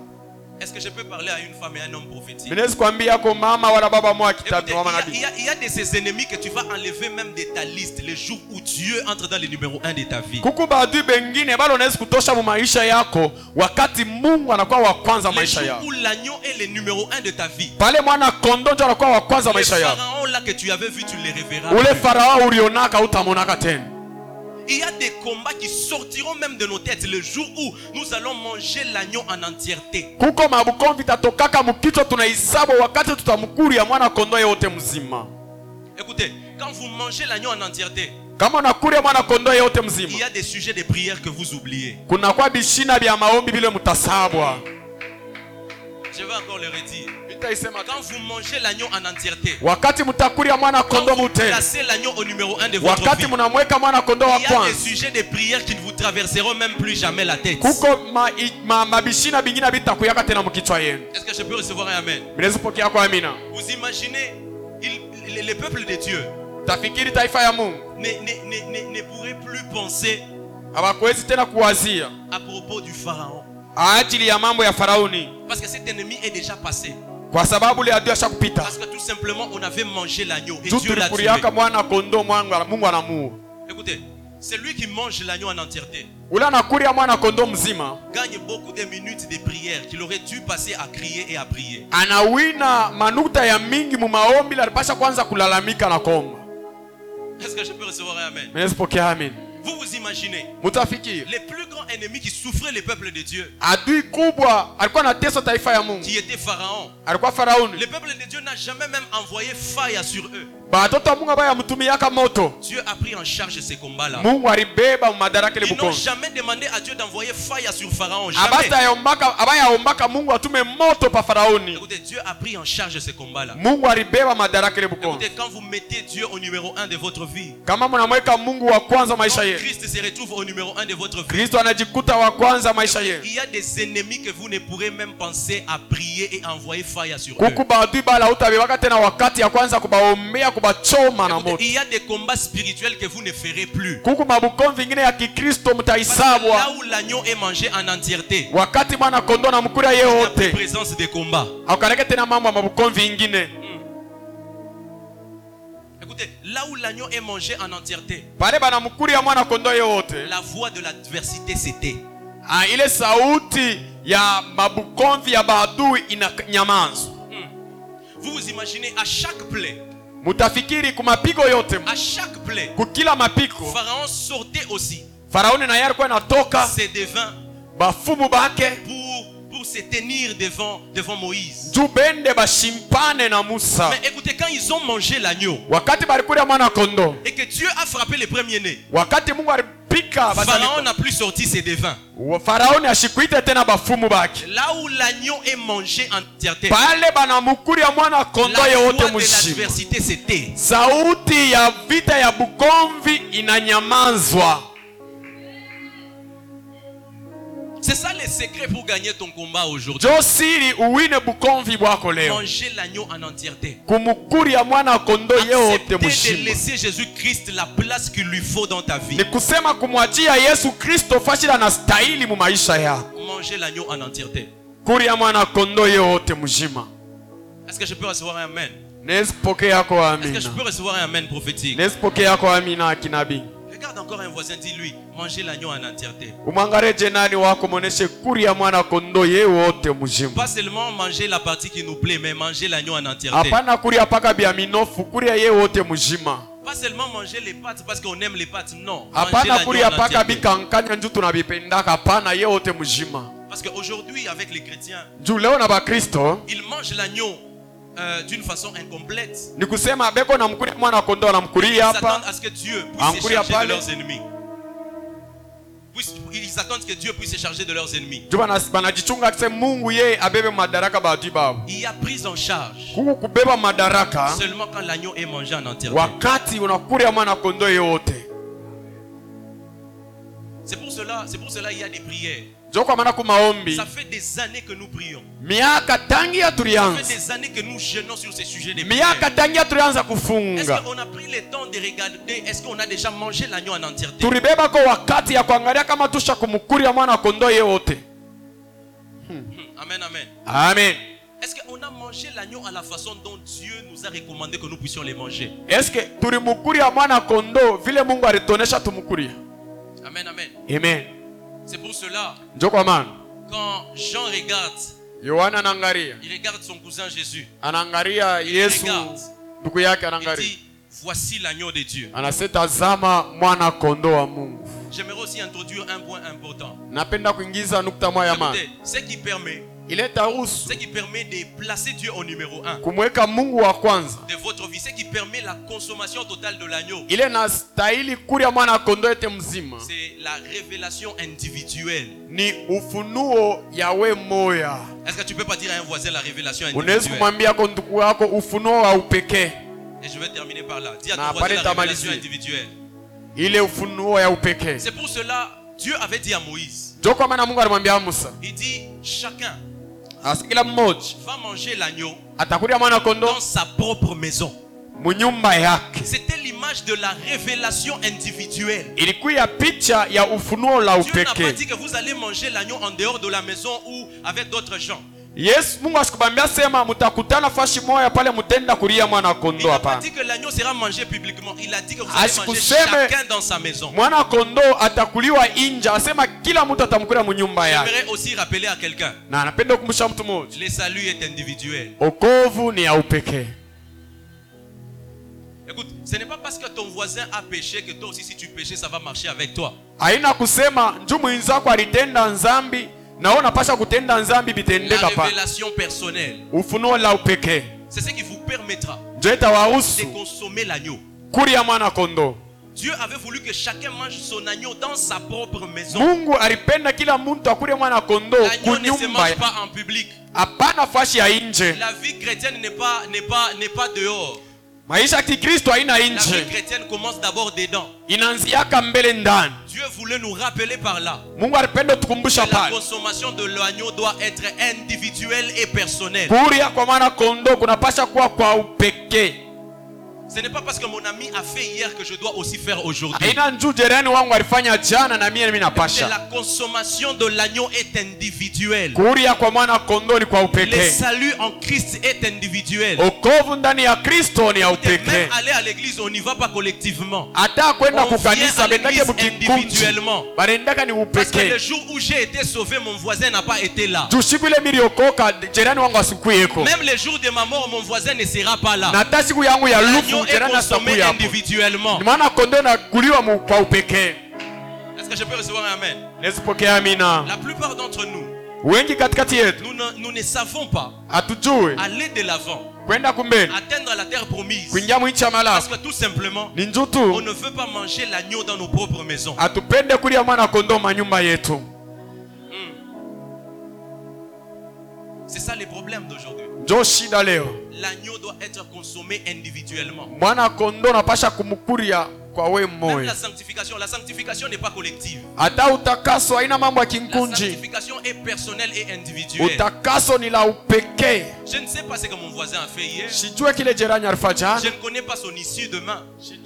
Speaker 1: Est-ce que je peux parler à une femme et à un homme prophétique
Speaker 2: minawezi kuambia yako mama wala baba mwa
Speaker 1: Écoutez,
Speaker 2: kitabu wa
Speaker 1: il y, a,
Speaker 2: manabii
Speaker 1: il y a- il y a de ces ennemis que tu vas enlever même de ta liste le jour où Dieu entre dans le numéro un de ta vie.
Speaker 2: kuku baadui bengine bado unawezi kutosha mu maisha yako wakati mungu anakuwa wa kwanza
Speaker 1: Le
Speaker 2: maisha
Speaker 1: jour
Speaker 2: yao
Speaker 1: où l'agneau est le numéro un de ta vie.
Speaker 2: pale mwana kondo njo anakuwa wa kwanza
Speaker 1: Le
Speaker 2: maisha yao
Speaker 1: pharaon là que tu avais vu, tu le reverras.
Speaker 2: ule farao ulionaka utamonaka tena
Speaker 1: Il y a des combats qui sortiront même de nos têtes le jour où nous allons manger l'agneau en entièreté.
Speaker 2: kuko mabukomvi tatokaka mukichwa tunahisabu wakati tutamkuria mwana kondo yote mzima
Speaker 1: Écoutez, quand vous mangez l'agneau en entièreté,
Speaker 2: kama unakuria mwana kondo yote
Speaker 1: il
Speaker 2: mzima
Speaker 1: y a des sujets de prière que vous oubliez.
Speaker 2: kunakuwa bishina bya maombi bile mutasabwa
Speaker 1: Je vais encore le redire.
Speaker 2: Nitaisema tu.
Speaker 1: Quand vous mangez l'agneau en entièreté,
Speaker 2: wakati mutakuria mwana kondo
Speaker 1: quand vous
Speaker 2: mutena
Speaker 1: placez l'agneau au numéro un de votre
Speaker 2: wakati
Speaker 1: vie,
Speaker 2: munamweka mwana kondo wa
Speaker 1: il y a des
Speaker 2: kwanza
Speaker 1: sujets de prière qui ne vous traverseront même plus jamais la tête.
Speaker 2: kuko ma, i, ma, mabishina bingine bitakuyaka tena mukichwa yenu
Speaker 1: Est-ce que je peux recevoir un Amen
Speaker 2: minezipokea kwa amina
Speaker 1: Vous imaginez, il- le, le peuple de Dieu
Speaker 2: tafikiri taifa ya mungu
Speaker 1: ne, ne- ne- ne- ne pourrait plus penser
Speaker 2: hawakuwezi tena kuwazia
Speaker 1: à propos du Pharaon.
Speaker 2: ajili ya mambo ya farauni
Speaker 1: Parce que cet ennemi est déjà passé.
Speaker 2: kwa sababu le adui ashakupita
Speaker 1: Parce que tout simplement, on avait mangé l'agneau et
Speaker 2: juu
Speaker 1: Dieu l'a tué.
Speaker 2: tulikuriaka mwana kondo mwangu mungu anamuua
Speaker 1: Écoutez, celui qui mange l'agneau en entièreté
Speaker 2: ule anakuria mwana kondo mzima
Speaker 1: gagne beaucoup de minutes de prière qu'il aurait dû passer à crier et à prier.
Speaker 2: anawina manuta ya mingi mu maombi ile alipasha kwanza kulalamika na komba
Speaker 1: Est-ce que je peux recevoir un Amen
Speaker 2: minezipokea amini
Speaker 1: Vous vous imaginez,
Speaker 2: mutafikiri
Speaker 1: les plus grands ennemis qui souffraient le peuple de Dieu,
Speaker 2: adui kubwa alikuwa anatesa taifa ya mungu
Speaker 1: qui était Pharaon,
Speaker 2: alikuwa farauni
Speaker 1: le peuple de Dieu n'a jamais même envoyé faille sur eux.
Speaker 2: batoto mungu ambaye amutumiaka moto
Speaker 1: Dieu a pris en charge ces combats-là.
Speaker 2: mungu alibeba mumadaraka ile
Speaker 1: Ils n'ont
Speaker 2: bukonzi
Speaker 1: jamais demandé à Dieu d'envoyer faille sur Pharaon.
Speaker 2: Ah,
Speaker 1: Jamais.
Speaker 2: abatayombaka abayaombaka mungu atume moto pa faraoni
Speaker 1: Écoutez, Dieu a pris en charge ces combats-là.
Speaker 2: mungu alibeba madaraka ile bukonzi
Speaker 1: Écoutez, quand vous mettez Dieu au numéro un de votre vie,
Speaker 2: kama munamweka mungu wa kwanza
Speaker 1: quand
Speaker 2: maisha yenu
Speaker 1: Christ Christ se retrouve au numéro un de votre vie.
Speaker 2: kristo anajikuta wa kwanza maisha yenu
Speaker 1: Il y a des ennemis que vous ne pourrez même penser à prier et envoyer fire sur eux.
Speaker 2: kuku baadui bala hautavivaka tena wakati ya kwanza kubaombea kubachoma na moto
Speaker 1: Il y a des combats spirituels que vous ne ferez plus.
Speaker 2: kuku mabukomvi ingine ya kikristo
Speaker 1: Parce que là
Speaker 2: mtaisabwa
Speaker 1: où l'agneau est mangé en entièreté,
Speaker 2: wakati mwana kondo na mukura ye
Speaker 1: il n'y a plus
Speaker 2: wote
Speaker 1: présence de combat.
Speaker 2: aukareke tena mambo ya mabukomvi ingine
Speaker 1: Écoutez, là où l'agneau est mangé en entièreté,
Speaker 2: pale bana mukuri ya mwana kondo ye wote
Speaker 1: la voix de l'adversité c'était.
Speaker 2: ah, ile sauti ya mabukomvi ya baadui ina nyamanzo
Speaker 1: Vous vous imaginez, à chaque plaie,
Speaker 2: mutafikiri kumapigo yote
Speaker 1: à chaque plaie,
Speaker 2: kukila mapigo
Speaker 1: Pharaon sortait aussi
Speaker 2: faraoni na yeye alikuwa anatoka
Speaker 1: ses devins
Speaker 2: bafumu bake
Speaker 1: pour, pour se tenir devant, devant Moïse.
Speaker 2: juu bende bashimpane na musa
Speaker 1: Mais écoutez, quand ils ont mangé l'agneau
Speaker 2: wakati balikuria mwana kondo
Speaker 1: et que Dieu a frappé les premiers-nés,
Speaker 2: wakati mungu alipika basali-
Speaker 1: Pharaon n'a plus sorti ses devins.
Speaker 2: Wa- faraoni ashikuite tena bafumu bake
Speaker 1: Là où l'agneau est mangé en entièreté,
Speaker 2: pale banamukuria mwana kondo
Speaker 1: la
Speaker 2: yewote
Speaker 1: voix de
Speaker 2: mushima
Speaker 1: l'adversité c'était.
Speaker 2: sauti ya vita ya bukomvi inanyamazwa
Speaker 1: C'est ça le secret pour gagner ton combat aujourd'hui.
Speaker 2: jo siri uwine bukomvi bwako leo
Speaker 1: Manger l'agneau en entièreté.
Speaker 2: kumukuria mwana kondo yewote
Speaker 1: Accepter de
Speaker 2: mushima
Speaker 1: laisser Jésus-Christ la place qu'il lui faut dans ta vie.
Speaker 2: ni kusema kumwachia yesu kristo fashila anastahili mu maisha yako
Speaker 1: Manger l'agneau en entièreté.
Speaker 2: kuria mwana kondo yewote mzima
Speaker 1: Est-ce que je peux recevoir un amen?
Speaker 2: nesipokee yako
Speaker 1: Est-ce que je
Speaker 2: amina
Speaker 1: peux recevoir un amen prophétique?
Speaker 2: nesipokee yako amina akinabii
Speaker 1: Regarde encore un voisin, dis-lui, mangez l'agneau en entièreté.
Speaker 2: umwangalie jenani wako mwonyeshe kuri ya mwana kondo yewote mzima
Speaker 1: Pas seulement manger la partie qui nous plaît, mais manger l'agneau en entièreté.
Speaker 2: hapana kuria paka bya minofu kuria yewote mzima
Speaker 1: Pas seulement manger les pâtes parce qu'on aime les pâtes, non. Manger
Speaker 2: hapana
Speaker 1: l'agneau
Speaker 2: kuria
Speaker 1: en
Speaker 2: paka
Speaker 1: entièreté.
Speaker 2: bikankanya nju tunabipendaka hapana yewote mzima
Speaker 1: Parce qu'aujourd'hui, avec les chrétiens,
Speaker 2: juu leo na bakristo
Speaker 1: ils mangent l'agneau euh, d'une façon incomplète.
Speaker 2: ni kusema beko na mkuria mwana kondo anamkuria
Speaker 1: Ils attendent
Speaker 2: hapa
Speaker 1: à ce que Dieu
Speaker 2: En
Speaker 1: puisse se
Speaker 2: Kuria
Speaker 1: charger de
Speaker 2: Pale.
Speaker 1: leurs ennemis. Puisse- Ils attendent que Dieu puisse se charger de leurs ennemis.
Speaker 2: juu banas- banajichunga kise mungu yeye abebe madaraka baadui babo
Speaker 1: Il y a prise en charge
Speaker 2: kuku kubeba madaraka
Speaker 1: seulement quand l'agneau est mangé en entièreté.
Speaker 2: wakati unakuria mwana kondo yewote
Speaker 1: C'est pour cela, c'est pour cela il y a des prières.
Speaker 2: jo kwa maana ku maombi
Speaker 1: Ça fait des années que nous prions.
Speaker 2: miaka tangia
Speaker 1: Ça fait
Speaker 2: tulianza
Speaker 1: des années que nous jeûnons sur ces sujets des
Speaker 2: miaka
Speaker 1: prières.
Speaker 2: tangia tulianza
Speaker 1: Est-ce
Speaker 2: kufunga
Speaker 1: qu'on a pris le temps de regarder Est-ce qu'on a déjà mangé l'agneau en entièreté
Speaker 2: tulibebako wakati ya kuangalia kama tusha kumkuria mwana kondoo yewote
Speaker 1: Hmm, Amen, amen.
Speaker 2: amen
Speaker 1: Est-ce qu'on a mangé l'agneau à la façon dont Dieu nous a recommandé que nous puissions les manger
Speaker 2: eske tulimukuria mwana kondoo vile mungu alituonesha tumukuria
Speaker 1: Amen, amen.
Speaker 2: amen
Speaker 1: C'est pour cela,
Speaker 2: njo kwa maana
Speaker 1: quand Jean regarde,
Speaker 2: yohana anaangalia
Speaker 1: il regarde son cousin Jésus.
Speaker 2: anaangalia yesu
Speaker 1: Regarde.
Speaker 2: ndugu yake
Speaker 1: Il
Speaker 2: anaangalia
Speaker 1: dit Voici l'agneau de Dieu.
Speaker 2: anasetazama mwana kondoo wa mungu
Speaker 1: J'aimerais aussi introduire un point important.
Speaker 2: napenda kuingiza nukta moya ya maana
Speaker 1: Écoutez, ce qui permet,
Speaker 2: ile taruhusu
Speaker 1: ce qui permet de placer Dieu au numéro un
Speaker 2: kumweka mungu wa kwanza
Speaker 1: de votre vie, ce qui permet la consommation totale de l'agneau,
Speaker 2: ile nastahili kurya mwana kondoo ete mzima
Speaker 1: c'est la révélation individuelle.
Speaker 2: ni ufunuo ya we moya
Speaker 1: Est-ce que tu peux pas dire à un voisin la révélation
Speaker 2: unaweza
Speaker 1: individuelle
Speaker 2: kumwambia ko ndugu wako ufunuo wa upekee
Speaker 1: Et je vais terminer par là. Dis à
Speaker 2: Na,
Speaker 1: ton voisin la
Speaker 2: parle-ta,
Speaker 1: révélation
Speaker 2: Malaisie.
Speaker 1: individuelle.
Speaker 2: ile ufunuo ya upekee
Speaker 1: C'est pour cela Dieu avait dit à Moïse,
Speaker 2: jo kwa maana mungu alimwambia musa
Speaker 1: il dit chacun
Speaker 2: asi kila mmoja
Speaker 1: va manger l'agneau
Speaker 2: atakurya mwana kondo
Speaker 1: dans sa propre maison.
Speaker 2: munyumba yake
Speaker 1: C'était l'image de la révélation individuelle.
Speaker 2: ilikuwa ya picha ya ufunuo la
Speaker 1: Dieu n'a pas
Speaker 2: upekee
Speaker 1: dit que vous allez manger l'agneau en dehors de la maison ou avec d'autres gens.
Speaker 2: yesu mungu asikubambia sema mutakutana fashi moya pale mutenda kuria mwana
Speaker 1: Il
Speaker 2: kondo
Speaker 1: n'a pas
Speaker 2: hapana
Speaker 1: dit que l'agneau sera mangé publiquement. Il a dit que vous
Speaker 2: Ah,
Speaker 1: allez
Speaker 2: si
Speaker 1: manger
Speaker 2: kuseme-
Speaker 1: chacun dans sa maison.
Speaker 2: mwana kondo atakuliwa inja asema kila mtu atamkura munyumba yake
Speaker 1: J'aimerais aussi rappeler à quelqu'un,
Speaker 2: na anapenda kukumbusha mtu mmoja
Speaker 1: le salut est individuel.
Speaker 2: okovu ni ya upekee
Speaker 1: Écoute, ce n'est pas parce que ton voisin a péché que toi aussi si tu péchais, ça va marcher avec toi.
Speaker 2: haina kusema nju mwinzako alitenda nzambi na wewe unapasha kutenda nzambi
Speaker 1: La
Speaker 2: vitendeka pa
Speaker 1: révélation personnelle,
Speaker 2: ufunuo la upekee
Speaker 1: c'est ce qui vous permettra
Speaker 2: njo
Speaker 1: de
Speaker 2: itawahusu
Speaker 1: consommer l'agneau.
Speaker 2: kurya mwana kondoo
Speaker 1: Dieu avait voulu que chacun mange son agneau dans sa propre maison.
Speaker 2: mungu alipenda kila mtu akurya mwana kondoo
Speaker 1: L'agneau ne se
Speaker 2: kunyumba
Speaker 1: mange
Speaker 2: ya-
Speaker 1: pas en public.
Speaker 2: hapana fashi ya nje
Speaker 1: La vie chrétienne n'est pas, n'est pas, n'est pas dehors.
Speaker 2: maisha ya kikristo haina
Speaker 1: La vie
Speaker 2: nje
Speaker 1: chrétienne commence d'abord dedans.
Speaker 2: inaanziaka mbele ndani
Speaker 1: Dieu voulait nous rappeler par là
Speaker 2: mungu alipenda
Speaker 1: que
Speaker 2: tukumbusha
Speaker 1: la
Speaker 2: pale
Speaker 1: consommation de l'agneau doit être individuelle et personnelle.
Speaker 2: kuria kwa mwana kondoo kunapasha kuwa kwa upekee
Speaker 1: Ce n'est pas parce que mon ami a fait hier que je dois aussi faire aujourd'hui.
Speaker 2: haina njuu jerani wangu alifanya jana na mie mi
Speaker 1: Mais
Speaker 2: napasha
Speaker 1: la consommation de l'agneau est individuelle.
Speaker 2: kuria kwa mwana kondoo ni kwa
Speaker 1: Le
Speaker 2: upekee
Speaker 1: salut en Christ est
Speaker 2: Oh,
Speaker 1: individuel.
Speaker 2: okovu ndani ya kristo ni ya
Speaker 1: Et
Speaker 2: upekee
Speaker 1: Même aller à l'église, on n'y va pas collectivement.
Speaker 2: hata kwenda
Speaker 1: On vient à
Speaker 2: kukanisa bendake
Speaker 1: l'église
Speaker 2: bukikunji
Speaker 1: individuellement.
Speaker 2: barendaka ni
Speaker 1: Parce que le
Speaker 2: upekee
Speaker 1: jour où j'ai été sauvé, mon voisin n'a pas été là.
Speaker 2: juu siku ile miliokoka jerani wangu asikuiyeko
Speaker 1: Même le jour de ma mort, mon voisin ne sera pas là.
Speaker 2: na hata siku yangu ya
Speaker 1: L'agneau
Speaker 2: lufu
Speaker 1: est
Speaker 2: jerani
Speaker 1: consommé
Speaker 2: asakuya hapo
Speaker 1: individuellement.
Speaker 2: ni maana kondoo nakuliwa mu- kwa upekee
Speaker 1: Est-ce que je peux recevoir un amen?
Speaker 2: nezipokea amina
Speaker 1: La plupart d'entre nous,
Speaker 2: wengi katikati yetu
Speaker 1: nous ne, nous ne savons pas
Speaker 2: hatujue
Speaker 1: aller de l'avant,
Speaker 2: kwenda kumbele
Speaker 1: atteindre la terre promise.
Speaker 2: kuingia mwicha
Speaker 1: Parce
Speaker 2: malafu
Speaker 1: que tout simplement,
Speaker 2: ni njuu
Speaker 1: on
Speaker 2: tu
Speaker 1: ne veut pas manger l'agneau dans nos propres maisons.
Speaker 2: Ah. hatupende kulia mwana kondoo manyumba yetu
Speaker 1: C'est ça les problèmes d'aujourd'hui.
Speaker 2: njo shida leo
Speaker 1: L'agneau doit être consommé individuellement.
Speaker 2: mwana kondoo napasha kumkuria kwa we
Speaker 1: Même la
Speaker 2: mmoya
Speaker 1: sanctification, la sanctification n'est pas collective.
Speaker 2: hata utakaso haina mambo ya
Speaker 1: La
Speaker 2: kinkunji
Speaker 1: sanctification est personnelle et individuelle.
Speaker 2: utakaso ni la upekee
Speaker 1: Je ne sais pas ce que mon voisin a fait hier.
Speaker 2: sijue kile jerani alifanya
Speaker 1: Je
Speaker 2: jana
Speaker 1: ne connais pas son issue demain.
Speaker 2: sijue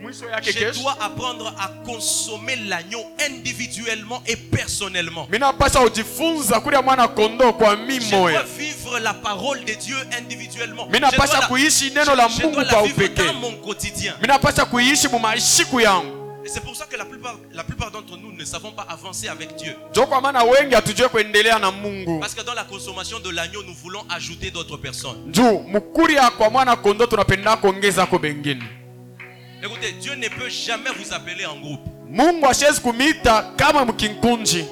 Speaker 2: mwisho yake
Speaker 1: Je
Speaker 2: kesho
Speaker 1: dois apprendre à consommer l'agneau individuellement et personnellement.
Speaker 2: mi napasha kujifunza kulia mwana kondoo kwa mi
Speaker 1: Je dois
Speaker 2: moya
Speaker 1: vivre la parole de Dieu individuellement.
Speaker 2: mi
Speaker 1: Je dois
Speaker 2: napasha
Speaker 1: la-
Speaker 2: kuishi neno la
Speaker 1: je dois
Speaker 2: mungu
Speaker 1: la
Speaker 2: kwa
Speaker 1: vivre dans
Speaker 2: upekee
Speaker 1: mon quotidien.
Speaker 2: mi napasha kuishi mu maishiku yangu
Speaker 1: Et c'est pour ça que la plupart, la plupart d'entre nous ne savons pas avancer avec Dieu.
Speaker 2: njo kwa maana wengi hatujue kuendelea na mungu
Speaker 1: Parce que dans la consommation de l'agneau, nous voulons ajouter d'autres personnes.
Speaker 2: juu mukuria kwa mwana kondoo tunapenda kuongezako bengine
Speaker 1: Écoutez, Dieu ne peut jamais vous appeler en groupe.
Speaker 2: mungu ashezi kumita kama mkinkunji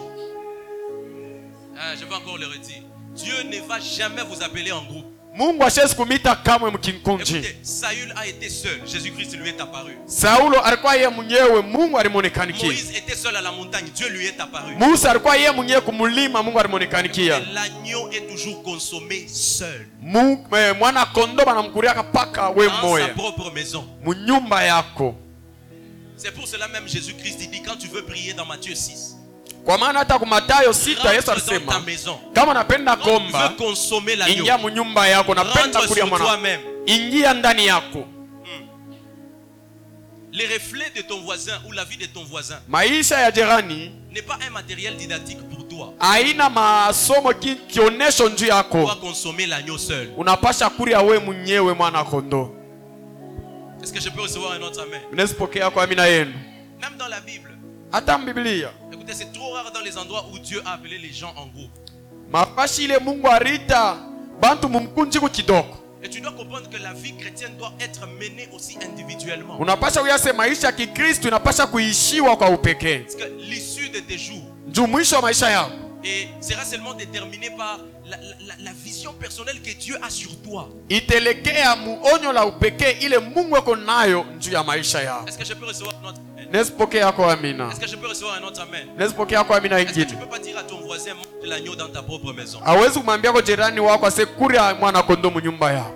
Speaker 1: Hein, je vais encore le redire. Dieu ne va jamais vous appeler en groupe.
Speaker 2: mungu ashezi kumita kamwe mkinkunji
Speaker 1: Écoutez, Saül a été seul. Jésus-Christ lui est apparu.
Speaker 2: saulo alikuwa yeye mwenyewe mungu alimonekanikia
Speaker 1: Moïse était seul à la montagne. Dieu lui est apparu.
Speaker 2: musa alikuwa yeye mwenyewe kumulima mungu alimonekanikia
Speaker 1: Et L'agneau est toujours consommé seul
Speaker 2: Mu- eh, mwana kondoo banamkuriaka paka we
Speaker 1: dans sa
Speaker 2: moya
Speaker 1: propre maison.
Speaker 2: munyumba yako
Speaker 1: C'est pour cela même Jésus-Christ il dit quand tu veux prier dans Matthieu 6,
Speaker 2: kwa maana hata kumatayo sita yesu
Speaker 1: rentre dans ta
Speaker 2: alisema
Speaker 1: maison.
Speaker 2: kama napenda
Speaker 1: Quand tu
Speaker 2: komba
Speaker 1: veux consommer l'agneau,
Speaker 2: ingia munyumba yako napenda
Speaker 1: rentre
Speaker 2: kulia
Speaker 1: sur
Speaker 2: mwana
Speaker 1: toi-même.
Speaker 2: ingia ndani yako
Speaker 1: Les reflets de ton voisin ou la vie de ton voisin
Speaker 2: maisha ya jirani
Speaker 1: n'est pas un matériel didactique pour toi.
Speaker 2: haina masomo ki- kionesho njuu
Speaker 1: Tu
Speaker 2: yako
Speaker 1: dois consommer l'agneau seul.
Speaker 2: unapasha kuria we mwenyewe mwana kondoo
Speaker 1: Est-ce que je peux recevoir un autre amen
Speaker 2: mnazipokea kwa amina yenu
Speaker 1: Même dans la Bible,
Speaker 2: hata mbiblia
Speaker 1: écoutez, c'est trop rare dans les endroits où Dieu a appelé les gens en groupe.
Speaker 2: mapashi ile mungu arita bantu mumkunjiku kidogo
Speaker 1: Et tu dois comprendre que la vie chrétienne doit être menée aussi individuellement.
Speaker 2: unapasha kuyase maisha ya kikristu inapasha kuishiwa kwa upekee
Speaker 1: Parce que l'issue de tes jours
Speaker 2: juu mwisho wa maisha yako
Speaker 1: et sera seulement déterminée par la, la- la vision personnelle que Dieu a sur toi.
Speaker 2: itelekea muonyo la upekee ile mungu ako nayo juu ya maisha yako
Speaker 1: Est-ce que je peux recevoir un autre amen
Speaker 2: nezipokea kwa amina
Speaker 1: Est-ce que je peux recevoir un autre amen
Speaker 2: nezipokea kwa amina
Speaker 1: Est-ce que tu
Speaker 2: ingine
Speaker 1: peux pas dire à ton voisin, mange l'agneau dans ta propre maison
Speaker 2: awezi kumwambiako jirani wako asekuria mwanakondo munyumba yako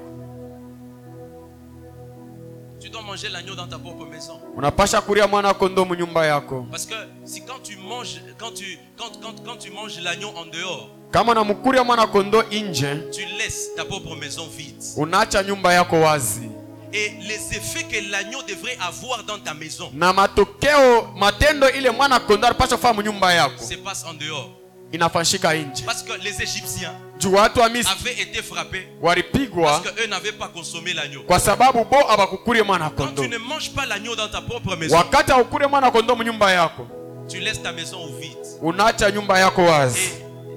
Speaker 1: Tu dois manger l'agneau dans ta propre maison.
Speaker 2: unapasha kuria mwanakondo munyumba yako
Speaker 1: Parce que si quand tu manges, quand tu, quand, quand, quand tu manges l'agneau en dehors,
Speaker 2: kama namukuria mwanakondo inje
Speaker 1: tu laisses ta propre maison vide.
Speaker 2: unaacha nyumba yako wazi
Speaker 1: Et les effets que l'agneau devrait avoir dans ta maison
Speaker 2: na matokeo matendo ile mwana kondoo alipasha kufanya munyumba yako
Speaker 1: se passent en dehors.
Speaker 2: inafanyishika nje
Speaker 1: Parce que les Égyptiens
Speaker 2: juu watu wa misri
Speaker 1: avaient été frappés
Speaker 2: walipigwa
Speaker 1: parce qu'eux n'avaient pas consommé l'agneau.
Speaker 2: kwa sababu bo abakukurie mwana
Speaker 1: Quand
Speaker 2: kondoo
Speaker 1: tu ne manges pas l'agneau dans ta propre maison,
Speaker 2: wakati aukurie mwana kondoo munyumba yako
Speaker 1: tu laisses ta maison au vide.
Speaker 2: unaacha nyumba yako
Speaker 1: Et
Speaker 2: wazi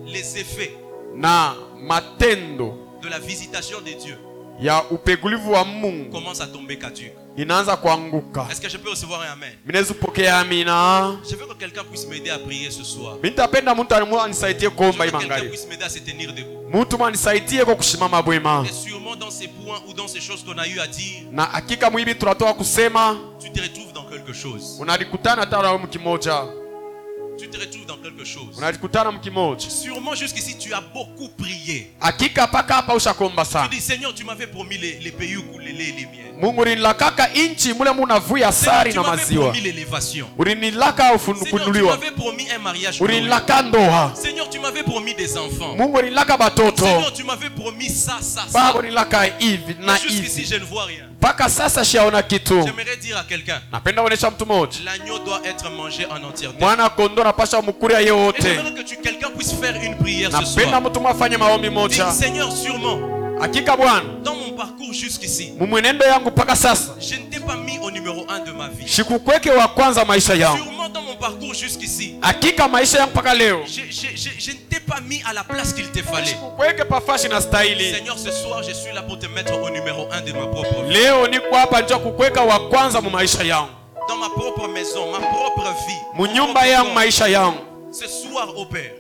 Speaker 1: les effets
Speaker 2: na matendo
Speaker 1: de la visitation de Dieu
Speaker 2: ya upegulivu wa mungu
Speaker 1: commencent à tomber caduques.
Speaker 2: inaanza kuanguka
Speaker 1: Est-ce que je peux recevoir un amen
Speaker 2: minezipokea amina
Speaker 1: Je veux que quelqu'un puisse m'aider à prier ce soir.
Speaker 2: mitapenda mtu alimu- anisaidie
Speaker 1: Je
Speaker 2: kuomba
Speaker 1: veux
Speaker 2: hii
Speaker 1: que quelqu'un
Speaker 2: mangali
Speaker 1: puisse m'aider à se tenir debout.
Speaker 2: mtu mwanisaidie kwa kushimama bwema
Speaker 1: Et sûrement dans ces points ou dans ces choses qu'on a eu à dire,
Speaker 2: na hakika mwivi tunatoka kusema
Speaker 1: tu te retrouves dans quelque chose.
Speaker 2: unalikutana hata nawe mkimoja
Speaker 1: tu te retrouves dans quelque chose.
Speaker 2: unalikutana mkimoja
Speaker 1: Sûrement jusqu'ici, tu as beaucoup prié.
Speaker 2: hakika mpaka hapa ushakomba
Speaker 1: Tu
Speaker 2: sana
Speaker 1: dis, Seigneur, tu m'avais promis les, les pays où coulaient les, les miens.
Speaker 2: mungu ulinilakaka nchi mule munavuya
Speaker 1: Seigneur,
Speaker 2: sari
Speaker 1: tu
Speaker 2: na
Speaker 1: m'avais
Speaker 2: maziwa
Speaker 1: promis l'élévation.
Speaker 2: ulinilaka
Speaker 1: Seigneur, tu
Speaker 2: kunuliwa
Speaker 1: m'avais promis un mariage. glorieux.
Speaker 2: ulinilaka ndoa
Speaker 1: Seigneur, tu m'avais promis des enfants.
Speaker 2: mungu ulinilaka batoto
Speaker 1: Seigneur, tu m'avais promis ça, ça, ça.
Speaker 2: baba ulinilaka hivi na
Speaker 1: Mais
Speaker 2: hivi
Speaker 1: Jusqu'ici, je ne vois rien.
Speaker 2: mpaka sasa shiaona kitu
Speaker 1: J'aimerais dire à quelqu'un
Speaker 2: napenda onyesha mtu mmoja
Speaker 1: l'agneau doit être mangé en entièreté.
Speaker 2: mwana kondo napasha mukuria
Speaker 1: Et
Speaker 2: yeyote
Speaker 1: j'aimerais que tu quelqu'un puisse faire une prière ce
Speaker 2: napenda
Speaker 1: soir.
Speaker 2: mtu mwafanye maombi
Speaker 1: Dis,
Speaker 2: moja
Speaker 1: Seigneur, sûrement,
Speaker 2: hakika bwana
Speaker 1: dans mon parcours jusqu'ici,
Speaker 2: mumwenendo yangu mpaka sasa
Speaker 1: je ne t'ai pas mis au numéro un de ma vie.
Speaker 2: shikukweke wa kwanza maisha yangu
Speaker 1: Sûrement, dans mon parcours jusqu'ici,
Speaker 2: hakika maisha yangu mpaka leo
Speaker 1: je, je- je- je ne t'ai pas mis à la place qu'il te fallait.
Speaker 2: shikukweke pafashi na stahili
Speaker 1: Seigneur, ce soir, je suis là pour te mettre au numéro un de ma propre vie.
Speaker 2: leo niko hapa njia kukweka wa kwanza mu maisha yangu
Speaker 1: Dans ma propre maison, ma propre vie.
Speaker 2: mu
Speaker 1: mon
Speaker 2: nyumba
Speaker 1: propre
Speaker 2: yangu
Speaker 1: corps.
Speaker 2: maisha yangu
Speaker 1: Ce soir, au Père.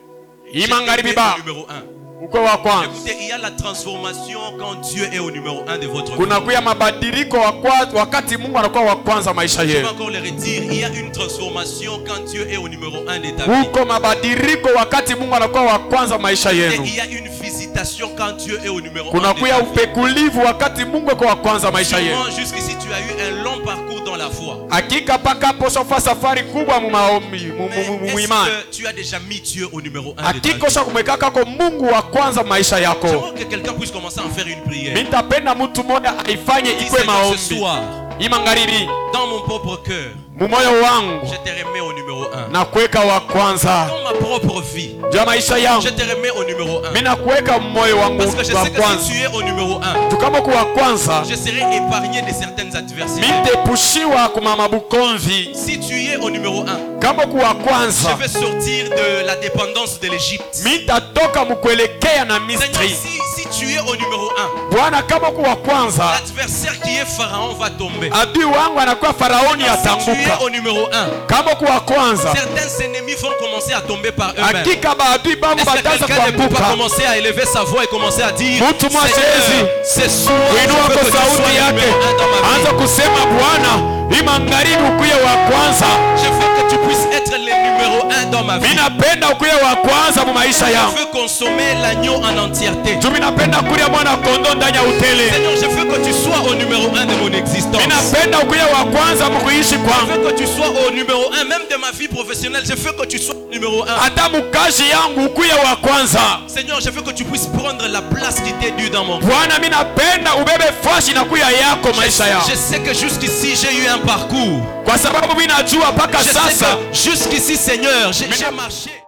Speaker 2: hii
Speaker 1: je t'ai
Speaker 2: magharibi
Speaker 1: mis
Speaker 2: ba
Speaker 1: au numéro un.
Speaker 2: ukwe wa kwanza
Speaker 1: Écoutez, il y a la transformation quand Dieu est au numéro un de votre vie.
Speaker 2: kunakuya mabadiliko wa kwa- wakati mungu anakuwa wa kwanza maisha
Speaker 1: Je vais
Speaker 2: yenu
Speaker 1: encore le redire, il y a une transformation quand Dieu est au numéro un de ta vie.
Speaker 2: huko mabadiliko wakati mungu anakuwa wa kwanza maisha
Speaker 1: Et
Speaker 2: yenu
Speaker 1: il y a une visitation quand Dieu est au numéro un de
Speaker 2: kunakuya
Speaker 1: ta vie.
Speaker 2: upekulivu wakati mungu ako wa kwanza maisha yenu
Speaker 1: Sûrement, jusqu'ici, tu as eu un long parcours dans la foi.
Speaker 2: hakika mpaka hapo sofa safari kubwa mu maombi mu-
Speaker 1: Mais
Speaker 2: mu- mu- mu
Speaker 1: est-ce
Speaker 2: imani
Speaker 1: que tu as déjà mis Dieu au numéro un de ta
Speaker 2: hakika
Speaker 1: vie?
Speaker 2: ushakumwekakako mungu wa kwanza maisha yako
Speaker 1: J'aimerais que quelqu'un puisse commencer à en faire une prière.
Speaker 2: mitapenda mtu mmoja aifanye
Speaker 1: Dis,
Speaker 2: ikwe
Speaker 1: Seigneur, ce
Speaker 2: maombi
Speaker 1: soir,
Speaker 2: imangariri
Speaker 1: dans mon propre cœur,
Speaker 2: mumoyo wangu
Speaker 1: je te remets au numéro un.
Speaker 2: na kuweka wa kwanza
Speaker 1: Dans ma propre vie,
Speaker 2: ja maisha
Speaker 1: je
Speaker 2: yangu
Speaker 1: te remets au numéro un.
Speaker 2: mi nakuweka mmoyo wangu
Speaker 1: Parce que je
Speaker 2: wa
Speaker 1: sais que si
Speaker 2: kwanza
Speaker 1: tu es au numéro un,
Speaker 2: tukamoku wa kwanza
Speaker 1: je serai épargné de certaines adversités.
Speaker 2: mitepushiwa kumama bukonzi
Speaker 1: Si tu es au numéro un,
Speaker 2: kamoku wa
Speaker 1: je
Speaker 2: kwanza
Speaker 1: vais sortir de la dépendance de l'Égypte.
Speaker 2: mitatoka mukuelekea na
Speaker 1: Seigneur,
Speaker 2: misri
Speaker 1: si, si tu es au numéro un,
Speaker 2: bwana kamoku wa kwanza
Speaker 1: l'adversaire qui est Pharaon va tomber.
Speaker 2: adui wangu anakuwa faraoni
Speaker 1: Si tu
Speaker 2: atanguka
Speaker 1: es au numéro un,
Speaker 2: kama kuwa kwanza
Speaker 1: certains ennemis vont commencer à tomber par eux-mêmes.
Speaker 2: hakika maadui bangu
Speaker 1: Est-ce que
Speaker 2: bataanza
Speaker 1: quelqu'un ne peut pas
Speaker 2: kuanguka
Speaker 1: commencer à élever sa voix et commencer à dire
Speaker 2: Mtu mwa
Speaker 1: Seigneur,
Speaker 2: Jésus,
Speaker 1: c'est soir,
Speaker 2: kuinua
Speaker 1: je veux que tu
Speaker 2: kwa
Speaker 1: sois
Speaker 2: sauti
Speaker 1: le
Speaker 2: yake
Speaker 1: numéro un dans ma vie.
Speaker 2: anza kusema bwana hii magharibi ukuye wa kwanza
Speaker 1: Je veux que tu puisses être le numéro un dans ma vie.
Speaker 2: minapenda ukuye wa kwanza mu maisha
Speaker 1: Je
Speaker 2: yangu
Speaker 1: veux consommer l'agneau en entièreté.
Speaker 2: tu minapenda kulia mwana kondo ndani ya utele
Speaker 1: Seigneur, je veux que tu sois au numéro un de mon existence.
Speaker 2: minapenda ukuye wa kwanza mukuishi
Speaker 1: Je
Speaker 2: kwangu
Speaker 1: veux que tu sois au numéro un, même de ma vie professionnelle. Je veux que tu sois au numéro un.
Speaker 2: hata mukazi yangu ukuye wa kwanza
Speaker 1: Seigneur, je veux que tu puisses prendre la place qui t'est due dans mon corps.
Speaker 2: bwana minapenda ubebe fashi na kuya yako maisha yangu
Speaker 1: Je sais que jusqu'ici j'ai eu un parcours.
Speaker 2: kwa sababu minajua mpaka
Speaker 1: Je sais
Speaker 2: sasa
Speaker 1: que jusqu'ici, Seigneur, j'ai j'ai marché.